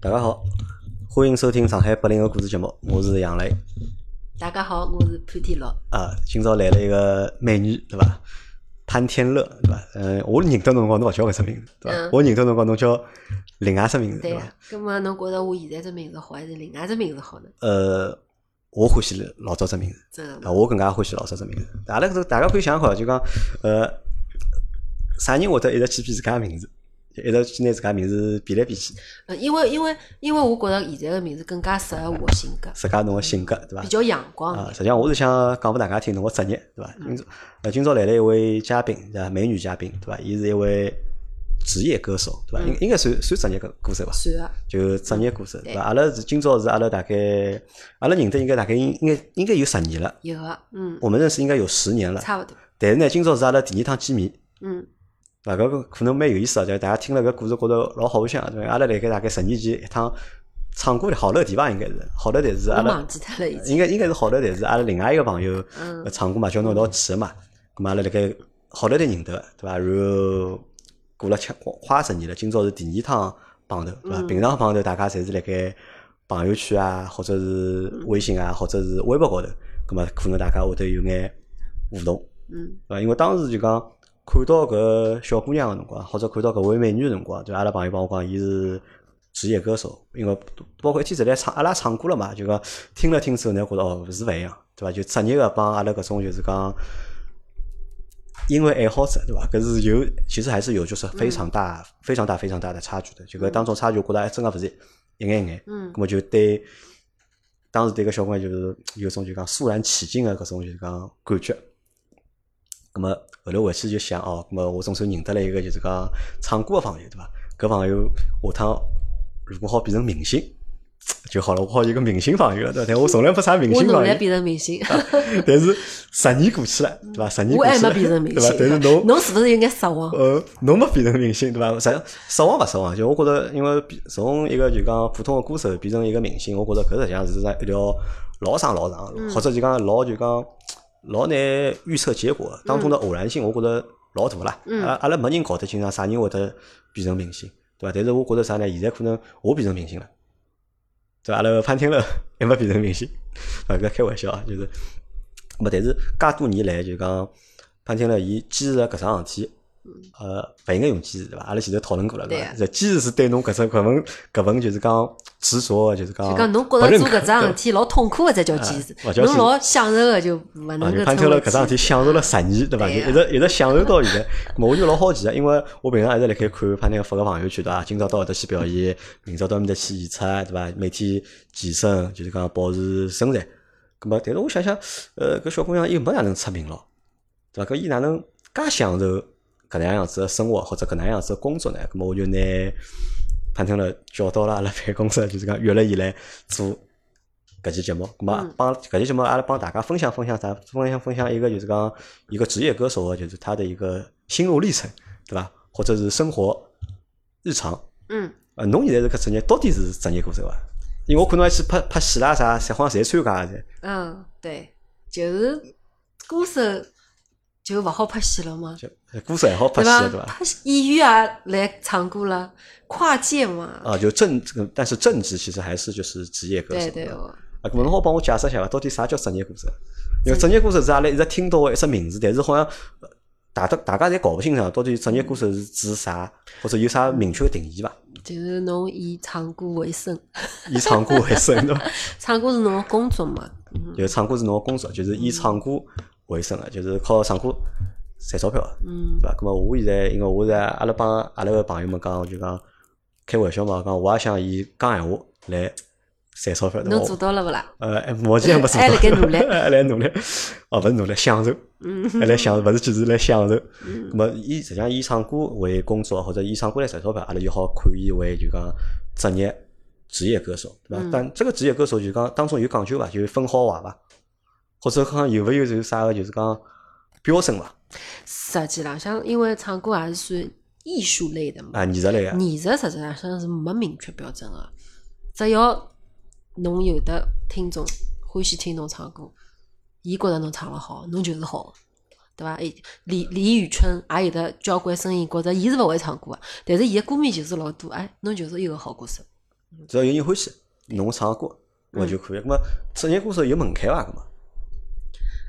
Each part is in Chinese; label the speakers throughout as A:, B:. A: 大家好，欢迎收听上海八零后故事节目，我是杨磊。
B: 大家好，我是潘天乐。
A: 啊，今朝来了一个美女，对伐？潘天乐，对伐？嗯，我认得侬光侬勿叫搿只名字，对伐
B: 嗯？
A: 我认得侬光侬叫另外只名字，
B: 对
A: 对
B: 呀
A: 伐？，
B: 葛末侬觉着我现在这名字好还是另外只名字好呢？
A: 呃，我欢喜老早只名字。
B: 真的
A: 啊，
B: 吗？
A: 我更加欢喜老早只名字。啊阿拉搿种大家可以想好，就讲呃，啥人会得一直去变自家名字，就一直去拿自家名字变来变去，
B: 呃，因为因为因为我觉着现在个名字更加适合我性格，
A: 自家侬个性格对伐
B: 比？较阳光
A: 啊，
B: 一
A: 实际上我是想讲拨大家听侬个职业对伐？
B: 嗯
A: 今朝呃今朝来了一位嘉宾对伐？美女嘉宾对伐？伊是一位职业歌手对
B: 嗯
A: 伐？应应该算算职业歌歌手伐？
B: 点，算
A: 就职业歌手对伐？
B: 对
A: 阿拉是今朝是阿拉大概阿拉认得应该大概应应该应该有十年了，
B: 有个，嗯，
A: 我们认识应该有十年了。
B: 差不多，
A: 但是呢，今朝是阿拉第二趟见面。
B: 嗯，
A: 啊，搿个可能蛮有意思啊，就大家听了搿故事，觉着老好白相啊。对伐阿拉辣盖大概十年前一趟唱歌的好乐迪吧，应该是好乐迪是
B: 我
A: 阿拉
B: 忘记脱了已经。
A: 应该应该是好乐迪是阿拉另外一个朋友
B: 嗯
A: 呃唱歌嘛，叫侬一道去的嘛。咁嘛阿拉辣盖好乐迪认得的，对伐？然后过了七快十年了，今朝是第二趟碰头，对伐？
B: 嗯
A: 平常碰头大家侪是辣盖朋友圈啊，或者是微信啊，或者是微博高头，咁嘛可能大家会得有眼互动。
B: 嗯，
A: 对伐？因为当时就讲看到搿小姑娘个辰光，或者看到搿位美女个辰光，就阿拉朋友帮我讲，伊是职业歌手，因为包括一天之来唱阿拉唱歌了嘛，就讲听了听之后，呢，觉得哦是勿一样，对伐？就职业个帮阿拉搿种就是讲。因为爱好者对伐？搿是有，其实还是有，就是非常大、非常大、非常大的差距的。就搿当中差距，我觉得还真个勿是一眼一眼。
B: 嗯
A: 葛么就对当时对搿小姑娘就是有种就讲肃然起敬的搿种就是讲感觉。葛么后来回去就想哦，葛么我总算认得了一个就是讲唱歌个朋友对伐？搿朋友下趟如果好变成明星就好了，我好有一个明星朋友了，对伐？但我从来没啥明
B: 我
A: 星
B: 努
A: 朋
B: 力
A: 友。
B: 变成明星，
A: 啊但是十年过去了，对伐？十年
B: 我
A: 过
B: 还
A: 去
B: 没
A: 了，
B: 变成明
A: 对
B: 星啊
A: 伐？但是。侬
B: 侬是不是有眼失望？
A: 呃，侬没变成明星对伐？实际上失望勿失望？就我觉得，因为比从一个就讲普通的歌手变成一个明星，我觉得搿实际上是一条老长老长的路，
B: 嗯
A: 或者就讲老就讲老难预测结果当中的偶然性，我觉得老大啦。
B: 嗯
A: 阿阿拉没人搞得清爽啥人会得变成明星，对伐？但是我觉得啥呢？现在可能我变成明星了，对伐？阿拉潘天乐 还没变成明星，啊，搿开玩笑啊，就是。咁啊但是介多年来就讲潘天乐伊坚持了搿桩事体，呃，勿应该用坚持对伐？阿拉前头讨论过了对
B: 对
A: 伐
B: 啊？
A: 这坚持是对侬搿只搿份搿份就是讲执着，就是讲
B: 就讲侬
A: 不
B: 觉着
A: 认
B: 做
A: 可
B: 搿桩
A: 对
B: 事体老痛苦个才叫坚持
A: 啊勿，叫坚
B: 侬
A: 持
B: 老享受个就勿
A: 啊，
B: 能
A: 就
B: 够
A: 潘
B: 称
A: 天乐
B: 为
A: 搿桩事体
B: 坚持
A: 享受了十年，对伐？就
B: 对呀
A: 一直一直享受到现在。 咾么我就老好奇啊，因为我平常一直辣盖看潘天乐发个朋友圈，对伐？今朝到搿搭去表演，明朝到面搭去演出，对伐？每天健身，就是讲保持身材。咾么，但是我想想，呃，搿小姑娘又没哪能出名咯，对伐？搿伊哪能介享受搿能样子的生活或者搿能样子的工作呢？咾么我就拿潘天乐叫到了阿拉办公室，就是讲约了伊来做搿期节目，咁啊
B: 嗯
A: 帮搿期节目阿拉帮大家分享分享啥，分享分享一个就是讲一个职业歌手的，就是他的一个心路历程，对伐？或者是生活日常。
B: 嗯，
A: 呃，侬现在是搿职业到底是职业歌手伐？因为我看侬还去拍拍戏啦啥，侪好像侪参加的。
B: 嗯，对，就是歌手就勿好拍戏了嘛，
A: 就歌手还好拍戏的
B: 伐？
A: 对伐？
B: 拍戏演员也来唱歌了，跨界嘛，
A: 啊，就正，但是正职其实还是就是职业歌手。
B: 对对
A: 吧
B: 哦，
A: 啊，搿么侬好帮我解释一下伐？到底啥叫职业歌手？因为职业歌手是阿拉一直听到个一只名字，但是好像呃大家大家侪搞勿清爽，到底职业歌手是指啥，或者有啥明确个定义伐？
B: 就是侬以唱歌为生，
A: 以唱歌为生对伐？
B: 唱歌是侬个工作嘛，嗯
A: 就是唱歌是侬个工作，就是以唱歌为生个，就是靠唱歌赚钞票个。
B: 嗯
A: 对伐？咁么我现在，因为我是阿拉帮阿拉个朋友们讲，就讲开玩笑嘛，讲我也想以讲闲话来赚钞票。对伐
B: 侬做到了勿啦？
A: 呃，目前还没做到，
B: 还辣盖努 力
A: 还来努力，哦，勿是努力，享受，
B: 嗯
A: 还来享，勿是只是来享受。咁么，以实际上以唱歌为工作，或者以唱歌来赚钞票，阿拉就好看伊为就讲职业职业歌手，对伐
B: 嗯？
A: 但这个职业歌手就讲当中有讲究伐，就是分好坏伐，或者讲有勿有就是啥个就是讲标准伐？
B: 实际浪向，因为唱歌也是算艺术类的嘛，
A: 啊，艺术类个。
B: 艺术实际浪向是没明确标准的，只要侬有的听众欢喜听侬唱歌，伊觉着侬唱了好，侬就是好的。对伐？诶李李宇春也有的交关声音，觉着伊是勿会唱歌啊，但是伊个歌迷就是老多，哎，侬就是一个好歌手。
A: 只要有人欢喜，侬唱个歌，那么就可以。
B: 嗯
A: 那么职业歌手有门槛伐？那么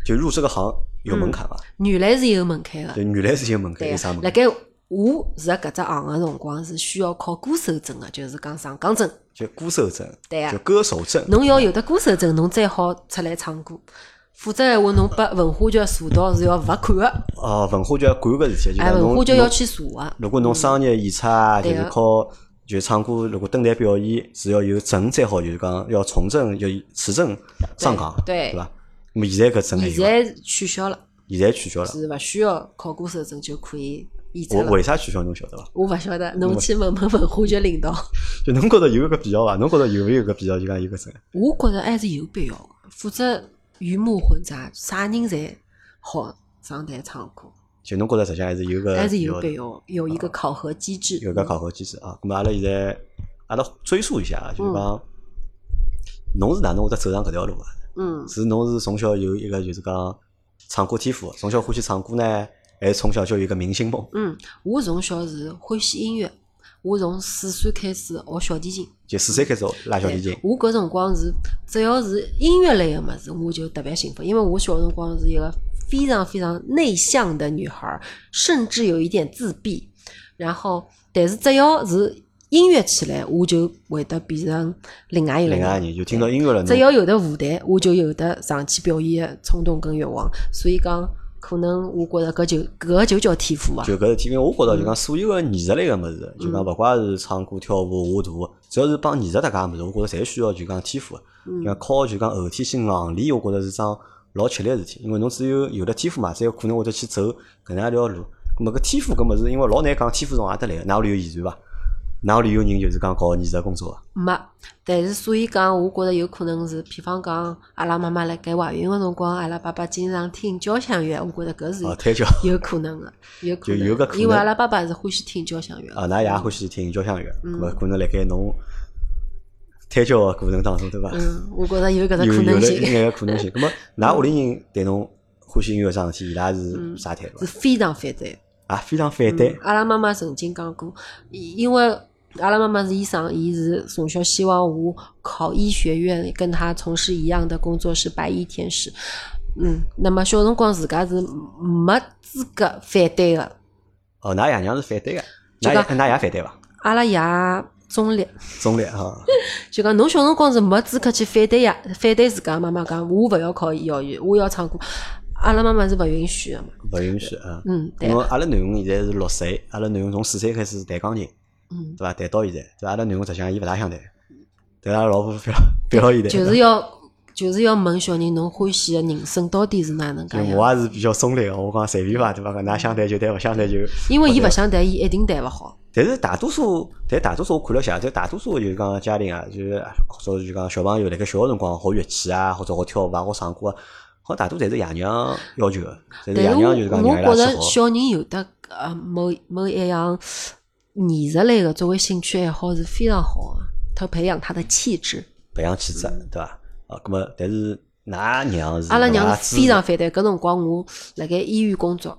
A: 就入这个行有门槛伐？
B: 原来是有门槛个
A: 就，原来是有门槛，
B: 嗯对
A: 有啥
B: 个。
A: 门
B: 辣
A: 槛？
B: 盖我入搿只行个辰光是需要考歌手证个，就是讲上岗证。
A: 就歌手证，
B: 对啊
A: 就歌手证，
B: 侬要有得歌手证，侬才好出来唱歌。否则闲话，侬拨文化局查到是要罚款个，
A: 哦，文化局要管个事体，就
B: 哎，
A: 讲
B: 文
A: 侬
B: 化局要
A: 侬
B: 去查个。
A: 如果侬商业演出啊，就
B: 对
A: 是
B: 个
A: 靠就是唱歌，如果登台表演是要有证才好，就是讲要从证要持证上岗，
B: 对
A: 伐？那么现在搿证还有
B: 现
A: 伐？
B: 在取消了，
A: 现在取消了，
B: 是勿需要考歌手证就可以演出
A: 我
B: 了。
A: 为啥取消侬晓得伐？
B: 我勿晓得，侬去问问文化局领导。
A: 就侬觉着有搿必要伐？侬觉着有没有搿必要？就讲有搿证？
B: 我觉着还是有必要的，否则鱼目混杂，啥人侪好上台唱歌，
A: 就侬觉着实际上还是有个
B: 还是呃有
A: 的
B: 必要的，有一个考核机制。
A: 有个考核机制啊。咁么阿拉现在阿拉追溯一下啊，就是讲侬是哪能会得走上搿条路啊？
B: 嗯，
A: 是侬是从小有一个就是讲唱歌天赋，从小欢喜唱歌呢，还是从小就有一个明星梦？
B: 嗯，我从小是欢喜音乐，我从四岁开始学小提琴。
A: 就四岁开始拉小提琴
B: 对，我搿辰光是只要是音乐类的物事，我就特别兴奋，因为我小辰光是一个非常非常内向的女孩儿，甚至有一点自闭。然后，但是只要是音乐起来，我就会得变成另外一类
A: 另外
B: 人。
A: 人就听到音乐了，
B: 只
A: 侬
B: 要有的舞台，我就有的上去表演的冲动跟欲望。所以讲，可能我觉着搿就搿就叫天赋啊。
A: 就搿事体，因为我觉着就讲所有个艺术类个物事，就讲
B: 嗯
A: 勿怪是唱歌、跳舞、画图，只要是帮艺术搭界个物事，我觉着侪需要就讲天赋。
B: 嗯
A: 讲靠就讲后天去硬练，我觉着是桩老吃力个事体，因为侬只有有了天赋嘛，才有可能会得去走搿能样一条路。咁么搿天赋搿物事，因为老难讲天赋从何得来个，哪里有遗传伐？哪里有人就是讲搞艺术工作啊？
B: 没，但是所以讲，我觉着有可能是，比方讲，阿拉妈妈辣盖怀孕个辰光，阿拉爸爸经常听交响乐，我觉着搿
A: 啊，
B: 是
A: 胎教
B: 有可能个，有可
A: 就
B: 能的。
A: 有个可
B: 因为
A: 能
B: 阿拉爸爸是欢喜听交响乐的。
A: 啊，㑚爷欢喜听交响乐，咁么
B: 嗯
A: 可能辣盖侬胎教个过程当中，对伐？
B: 嗯，我觉着有搿只
A: 有有
B: 可能
A: 了一
B: 性，
A: 眼可 能性。咁么，㑚屋里人对侬欢喜音乐桩事体，伊拉是
B: 嗯
A: 啥态度
B: 是？非常反对。
A: 啊，非常反对
B: 嗯。阿拉妈妈曾经讲过，因因为阿拉妈妈是医生，伊是从小希望我考医学院，跟她从事一样的工作是白衣天使。嗯，那么小辰光自家是没资格反对个。
A: 哦，㑚爷娘是反对个，
B: 就
A: 㑚
B: 讲
A: 爷㑚爷反对伐？
B: 阿拉爷中立，
A: 中立啊，
B: 就讲侬小辰光是没资格去反对呀，反对自家妈妈讲，我勿要考医学院，我要唱歌。阿拉妈妈是勿允许个嘛，
A: 勿允许啊。
B: 嗯，对
A: 因，为阿拉囡恩现在是六岁，阿拉囡恩从四岁开始弹钢琴，
B: 嗯
A: 对，伐？弹到现在，对伐？阿拉囡恩实际上伊勿大想弹，但阿拉老婆非常非常伊弹。
B: 就是要就是要问小人侬欢喜个人生到底是哪能介
A: 对伐
B: 样，
A: 嗯我啊也是比较中立个，我讲随便伐，对伐？㑚想弹就弹，勿想弹就。
B: 因为伊勿想谈，伊一定谈勿好。
A: 但是大多数，但大多数我看了一下，但大多数就是讲家庭啊，就是或者就讲小朋友辣盖小个辰光学乐器啊，或者学跳舞啊，学唱歌啊，好像大多侪是爷娘要求个，侪是
B: 但
A: 爷
B: 是
A: 娘就是
B: 我
A: 讲
B: 我
A: 让伊拉
B: 觉
A: 去
B: 着
A: 学。
B: 小人有的呃某某一样艺术类个作为兴趣爱好是非常好个，他培养他的气质。
A: 培养气质，对伐？啊，咁么，但是㑚娘是
B: 嗯阿拉娘
A: 勿大支
B: 是非
A: 持
B: 常反对。搿辰光我辣盖医院工作，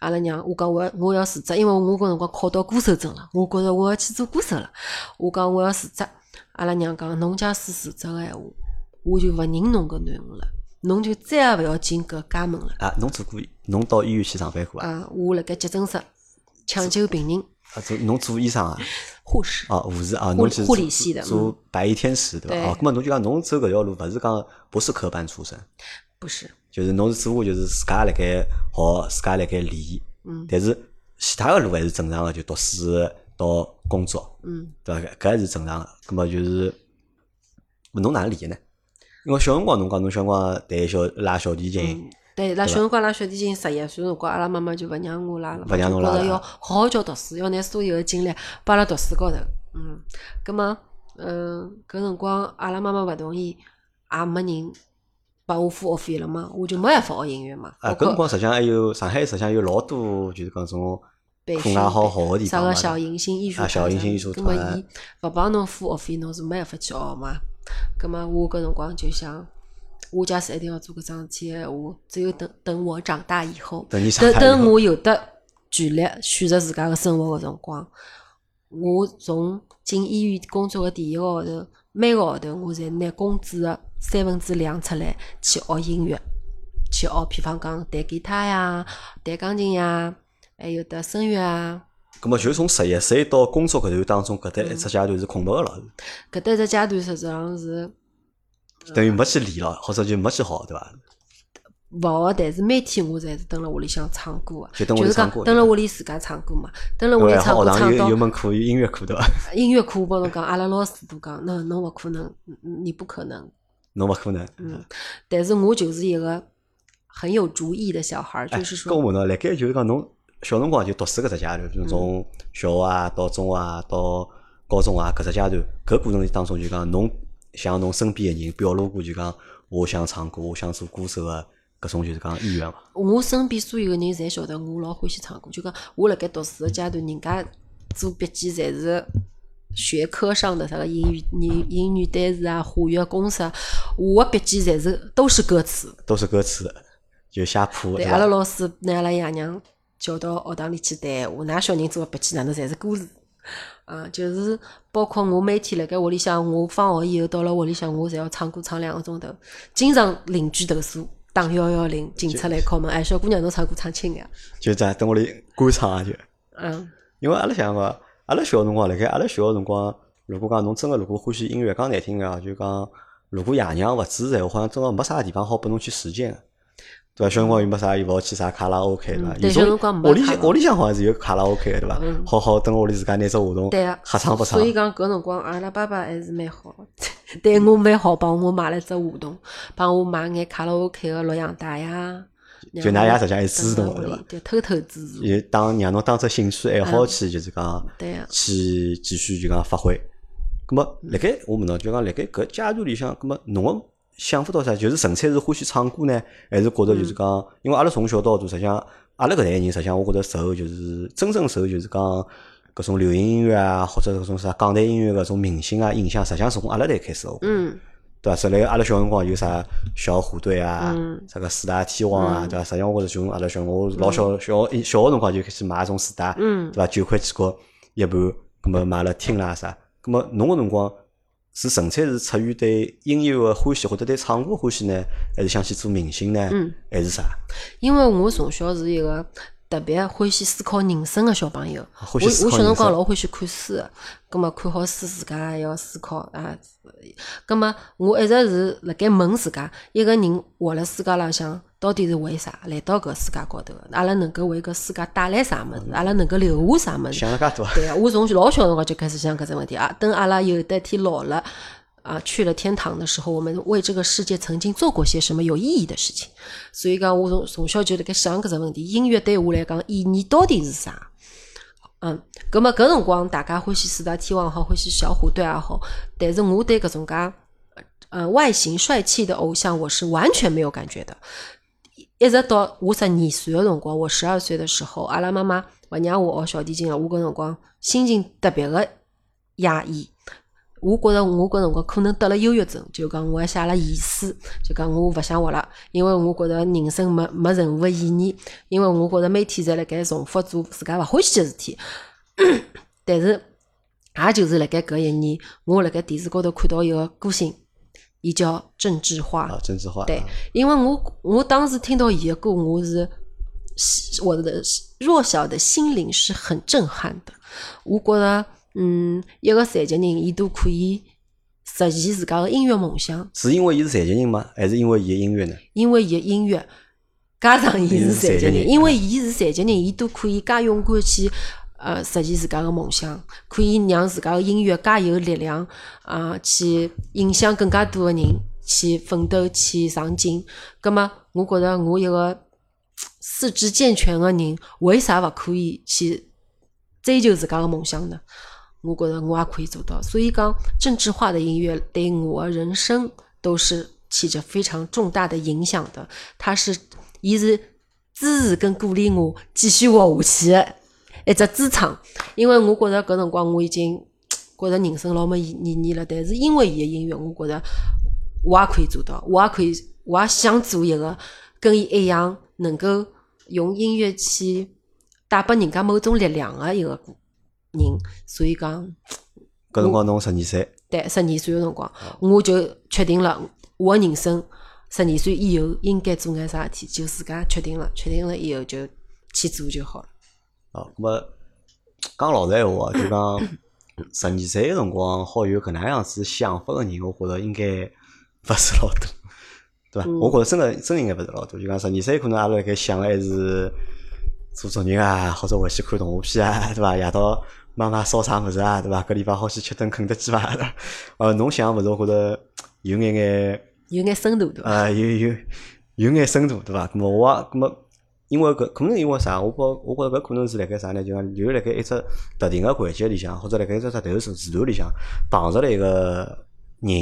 B: 阿拉娘我讲我要我要辞职，因为我搿辰光考到歌手证了，我觉着我要去做歌手了。我讲我要辞职，阿拉娘讲侬假使辞职个闲话，我就勿认侬搿囡恩了，侬就再也勿要进搿家门了。
A: 啊，侬做过，侬到医院去上班过啊？
B: 啊，我辣盖急诊室抢救病人、
A: 啊，做侬做医生啊？
B: 护士。
A: 啊，护士啊，
B: 护
A: 侬
B: 理
A: 去
B: 护
A: 做
B: 理系的
A: 做
B: 嗯
A: 白衣天使对伐？
B: 对
A: 啊，咁么侬就讲侬走搿条路，勿是讲博士科班出身。
B: 不是，
A: 就是侬是只不过就是自家辣盖学，自家辣盖练，
B: 嗯
A: 但是其他个路还是正常个，就读书到工作，
B: 嗯，
A: 对伐？搿搿还是正常个。葛末就是，侬哪能练呢？因为小辰光侬讲侬小辰光弹小拉小提琴，
B: 对，拉小辰光拉小提琴十一岁辰光，阿拉妈妈就勿让我拉了
A: 勿
B: 嘛，
A: 让侬
B: 就
A: 拉
B: 觉
A: 了
B: 着要好好叫读书，要拿所有的精力摆辣读书高头。嗯，葛么，嗯，搿辰光阿拉妈妈勿同意，也没人帮我付学费了嘛，我就没办法学音乐嘛。
A: 啊，
B: 包
A: 搿辰
B: 括
A: 光实际上还有上海实际上有老多就是讲种
B: 培
A: 课
B: 训
A: 外好学个地
B: 啥
A: 方嘛
B: 个，小迎新艺术
A: 啊
B: 团啥
A: 小
B: 么，
A: 迎新艺术
B: 葛么
A: 团啊
B: 伊勿帮侬付学费，侬是没办法去学嘛。葛么我搿辰光就想，我假使一定要做搿桩事体的闲话，只有等等我长大以后，
A: 等你长
B: 等
A: 大以
B: 等
A: 后
B: 我有得权利选择自家个生活个辰光，我从进医院工作个第一个号头，每个号头我侪拿工资个三分之两出来去学音乐，去学，比方讲弹吉他呀、弹钢琴呀，还有得声乐啊。
A: 咁么就从实习生到工作搿段当中，搿
B: 嗯
A: 段一只阶段是空白个了，
B: 搿搭一只阶段实际上是
A: 等于没去练了，或者就没去好，对伐？
B: 勿学，但是每天我侪是蹲辣屋里向唱歌个，
A: 就蹲屋
B: 就
A: 里
B: 是
A: 唱
B: 讲
A: 歌
B: 蹲辣屋里自家唱歌嘛，蹲辣屋里
A: 然
B: 唱
A: 后
B: 歌
A: 学堂
B: 唱
A: 有
B: 到
A: 有门课有音乐课，对伐？
B: 音乐课，我帮侬讲，阿拉老师都讲，那侬勿可能，嗯你不可能。
A: 侬勿可能。
B: 嗯，但是我就是一个很有主意的小孩儿，
A: 哎
B: 就是
A: 搿我
B: 说，嗯
A: 问侬，辣盖就是讲侬小辰光就读书搿只阶段，就是从小学啊到中学啊到高中啊搿只阶段，搿过程当中就讲侬向侬身边个人表露过就讲我想唱歌，我想做歌手个搿种就是讲意愿伐？
B: 我身边所有个人侪晓得我老欢喜唱歌，就讲我辣盖读书个阶段，人家做笔记侪是学科上的啥个英语、英英语单词啊、化学公式啊，我个笔记侪是都是歌词。
A: 都是歌词，就写谱
B: 对，
A: 是
B: 阿
A: 伐
B: 拉？老师拿阿拉爷娘叫到学堂里去谈闲话，㑚小人做个笔记哪能侪是歌词？啊，就是包括我每天辣盖屋里向，我放学以后到了屋里向，我侪要唱歌唱两个钟头，经常邻居投诉打幺幺零，警察来敲门，哎，小姑娘侬唱歌唱轻眼，
A: 就在等屋里 观唱啊就。
B: 嗯，
A: 因为阿拉想个，阿拉小辰光辣盖阿拉小辰光，如果讲侬真个如果欢喜音乐，讲难听个啊，就讲如果爷娘勿支持，好像真个没啥地方好拨侬去实践个。对伐？小辰光又没啥，又勿好去啥卡拉 OK 对伐？
B: 嗯
A: 有
B: 对
A: 种
B: 小辰光没
A: 屋里
B: 卡
A: 向
B: 拉
A: 屋里向好像是有卡拉 OK 的对伐
B: 嗯？
A: 好好等屋里自家拿只话筒
B: 对啊
A: 合唱不唱
B: 所？以讲搿辰光阿拉爸爸还是蛮好的，对我蛮好，帮我买了只话筒，帮我买眼卡拉 OK 个录像带呀，
A: 就㑚爷实际上也支持侬
B: 我
A: 个对伐？
B: 就偷偷支持我，
A: 也当让侬当只兴趣爱哎好去，就是讲
B: 嗯对啊
A: 去继续就讲发挥。咁么，辣盖我问侬，就讲辣盖搿阶段里向，咁么侬个想法到啥？就是纯粹是欢喜唱歌呢，还是觉得就是讲，
B: 嗯
A: 因为阿拉从小到大，实际上阿拉搿代人，实际上我觉得受就是真正受就是讲搿种流行音乐啊，或者搿种啥港台音乐搿种明星啊影响，实际上是从阿拉代开始的。我觉哦得
B: 嗯。
A: 对伐？实来阿拉小辰光有啥小虎队啊
B: 嗯，
A: 啥个四大天王啊，
B: 嗯
A: 对伐？实际上我觉着就从阿拉小辰光，我老小小一小学辰光就开始买种磁带，
B: 嗯
A: 对伐？九块几角一盘，咁么买了听啦啥。咁么侬个辰光是纯粹是出于对音乐个欢喜，或者对唱歌欢喜呢，还是想去做明星呢
B: 嗯？
A: 还是啥？
B: 因为我从小是一个特别欢喜思考人生的小朋友，我
A: 欢
B: 我
A: 喜思考
B: 小辰
A: 人
B: 光
A: 生
B: 老欢喜看书的，葛么看好书自家也要思考啊。葛么我一直是辣盖问自家，一个人活辣世界浪向到底是为啥来到搿世界高头的？阿拉能够为搿世界带来啥物事？阿拉能够留下啥物事？
A: 嗯想了介多，
B: 对啊，我从老小辰光就开始想搿只问题啊。等阿拉有的一天老了啊，去了天堂的时候，我们为这个世界曾经做过些什么有意义的事情。所以讲，我从从小就辣盖想搿只问题，音乐对我来讲意义到底是啥？嗯，葛么搿辰光大家欢喜四大天王也好，欢喜小虎队也好，但是我对搿种介呃外形帅气的偶像，我是完全没有感觉的。一直到我十二岁的辰光，我十二岁的时候，阿拉妈妈勿让我学小提琴了。我搿辰光心情特别的压抑，我觉着我搿辰光可能得了忧郁症，就讲我还写了遗书，就讲我勿想活了，因为我觉着人生没没任何意义，因为我觉着每天侪辣盖重复做自家勿欢喜的事体。 但是，也就是辣盖搿一年，我辣盖电视高头看到一个歌星，伊叫郑智化。
A: 啊，郑智化，
B: 对
A: 啊，
B: 因为我我当时听到伊的歌，我是是我的弱小的心灵是很震撼的。我觉着，嗯，一个残疾人伊都可以实现自家的音乐梦想，
A: 是因为伊是残疾人吗？还是因为伊个音乐呢？
B: 因为伊的音乐加上伊
A: 伊
B: 是残
A: 是残疾
B: 疾人，
A: 人
B: 因为伊是残疾人，伊都可以介勇敢去呃实现自家的梦想，可以让自家的音乐介有力量啊、去影响更加多的人去奋斗去上进。葛么，我觉着我一个四肢健全的人，为啥勿可以去追求自家的梦想呢？我觉着我也可以做到。所以讲，政治化的音乐对我的人生都是起着非常重大的影响的。它是，伊是支持跟鼓励我继续活下去的一只支撑。因为我觉着搿辰光我已经觉着人生老没意意义了，但是因为伊的音乐，我觉着我也可以做到，我也可以，我也想做一个跟伊一样能够用音乐去带拨人家某种力量的一个人，所以讲
A: 搿辰光侬十二岁，
B: 对，十二岁个辰光，
A: 哦
B: 我就确定了我个人生，十二岁以后应该做眼啥事体，就自家确定了，确定了以后就去做就好了。
A: 哦，咁么讲老实闲话啊，就讲十二岁个辰光好有搿能样子想法个人，我觉着应该勿是老多，对伐？我觉着真个真的应该勿是老多，就讲十二岁可能阿拉辣盖想个还是做作业啊，或者回去看动画片啊，对伐？夜到妈妈烧啥物事啊，对伐？搿礼拜好去吃顿肯德基伐？对伐 呃，侬想个物事，我觉着有眼眼。
B: 有眼深度对伐？
A: 啊，有有有眼深度，对伐？咁么我也，咁么因为搿可能因为啥？我觉我觉着搿可能是辣盖啥呢？就讲留辣盖一只特定个环节里向，或者辣盖一只特定个时时段里向碰着了一个人，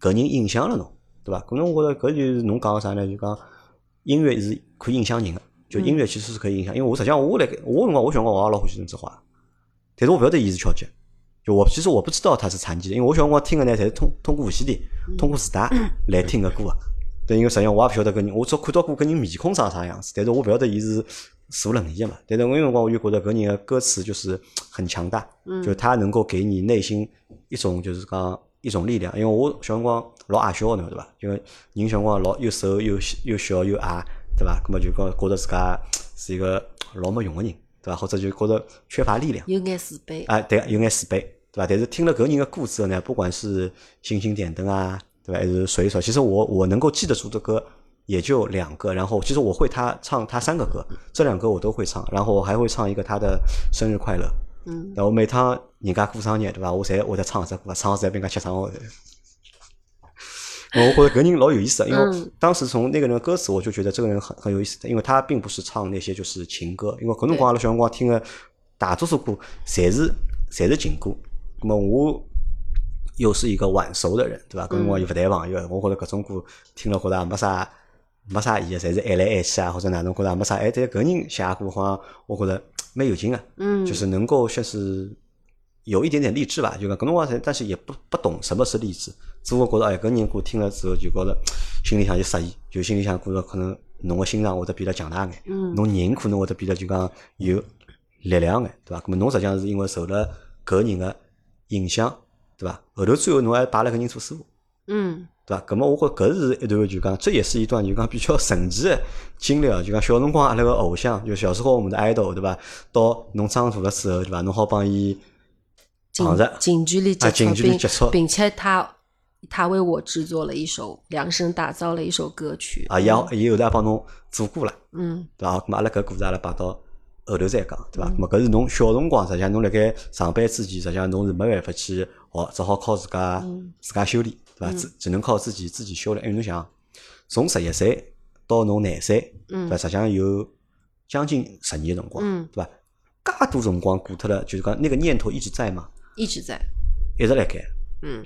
A: 搿人影响了侬，对伐？可能我觉着搿就是侬讲个啥呢？就讲音乐是可以影响人个，就音乐其实是可以影响。因为我实际上我辣盖我辰光我小辰光我也老欢喜邓智化，但是我勿晓得伊是敲击。就我其实我不知道他是残疾的，因为我小辰光听的呢，侪是通通过无线电、通过磁带来听个歌啊。对，因为实际上我也勿晓得搿人，我只看到过搿人面孔长啥样子，但是我勿晓得伊是坐轮椅个嘛。但是我有辰光我就觉得搿人个歌词就是很强大，就他能够给你内心一种就是讲一种力量。因为我小辰光老矮小个侬晓得伐？因为人小辰光老又瘦又又小又矮，对伐？葛么就讲觉得自家是一个老没用个人，对伐？或者就觉得缺乏力量。
B: 有眼自卑，
A: 啊，对，有眼自卑，对伐？但是听了搿人个歌之后呢，不管是《星星点灯》啊，对伐？还是《水手》，其实我我能够记得住的歌也就两个，然后其实我会他唱他三个歌，这两个我都会唱，然后我还会唱一个他的生日快乐。
B: 嗯，
A: 然后每趟人家过生日，对伐？我侪会得唱一只歌，唱好再被人家吃伤我。 我觉得搿人老有意思的，因为
B: 嗯
A: 当时从那个人的歌词，我就觉得这个人很很有意思的，因为他并不是唱那些就是情歌，因为搿辰光阿拉小辰光听的大多数歌，侪是侪是情歌。那么我又是一个晚熟的人，对
B: 嗯
A: 伐？搿辰光又勿谈朋友，我觉得搿种歌听了觉得也没啥没啥意义，侪是爱来爱去啊，或者哪能觉得也没啥。哎，但是搿人写的歌好像我觉得蛮有劲啊个、
B: 嗯
A: 就是能够算是有一点点励志吧，就讲搿辰光才，但是也不不懂什么是励志，只不过觉得哎，搿人歌听了之后就觉得心里向就适意，就心里向觉着可能侬个心脏会得变得强大眼，
B: 嗯
A: 侬人可能会得变得就讲有力量眼，对伐？搿么侬实际上是因为受了搿人个影响，对伐？后头最后侬还摆了搿人做师傅。
B: 嗯
A: 对伐？咁么我觉搿是一段就讲，这也是一段就讲比较神奇的经历哦。就讲小辰光阿拉个偶像，就小时候我们的 idol，对伐？到侬长大了之后，对伐？侬好帮伊
B: 近
A: 碰着
B: 近距离接
A: 啊近距离接触
B: 触，并并且他他为我制作了一首量身打造了一首歌曲
A: 啊，也好伊后头也帮侬做歌了，
B: 嗯
A: 对伐？咁么阿拉搿故事阿拉摆到后头再讲，对伐？咁么搿是侬小辰光，实际上侬辣盖上班之前，实际上侬是没办法去学，只好靠自家
B: 嗯
A: 自家修炼，对伐？只只能靠自己自己修炼。因为侬想，从十一岁到侬廿岁，对伐？
B: 嗯
A: 实际上有将近十年的辰光，
B: 嗯，
A: 对伐？介多辰光过脱了，就是讲那个念头一直在嘛，
B: 一直在
A: 一直辣盖，
B: 嗯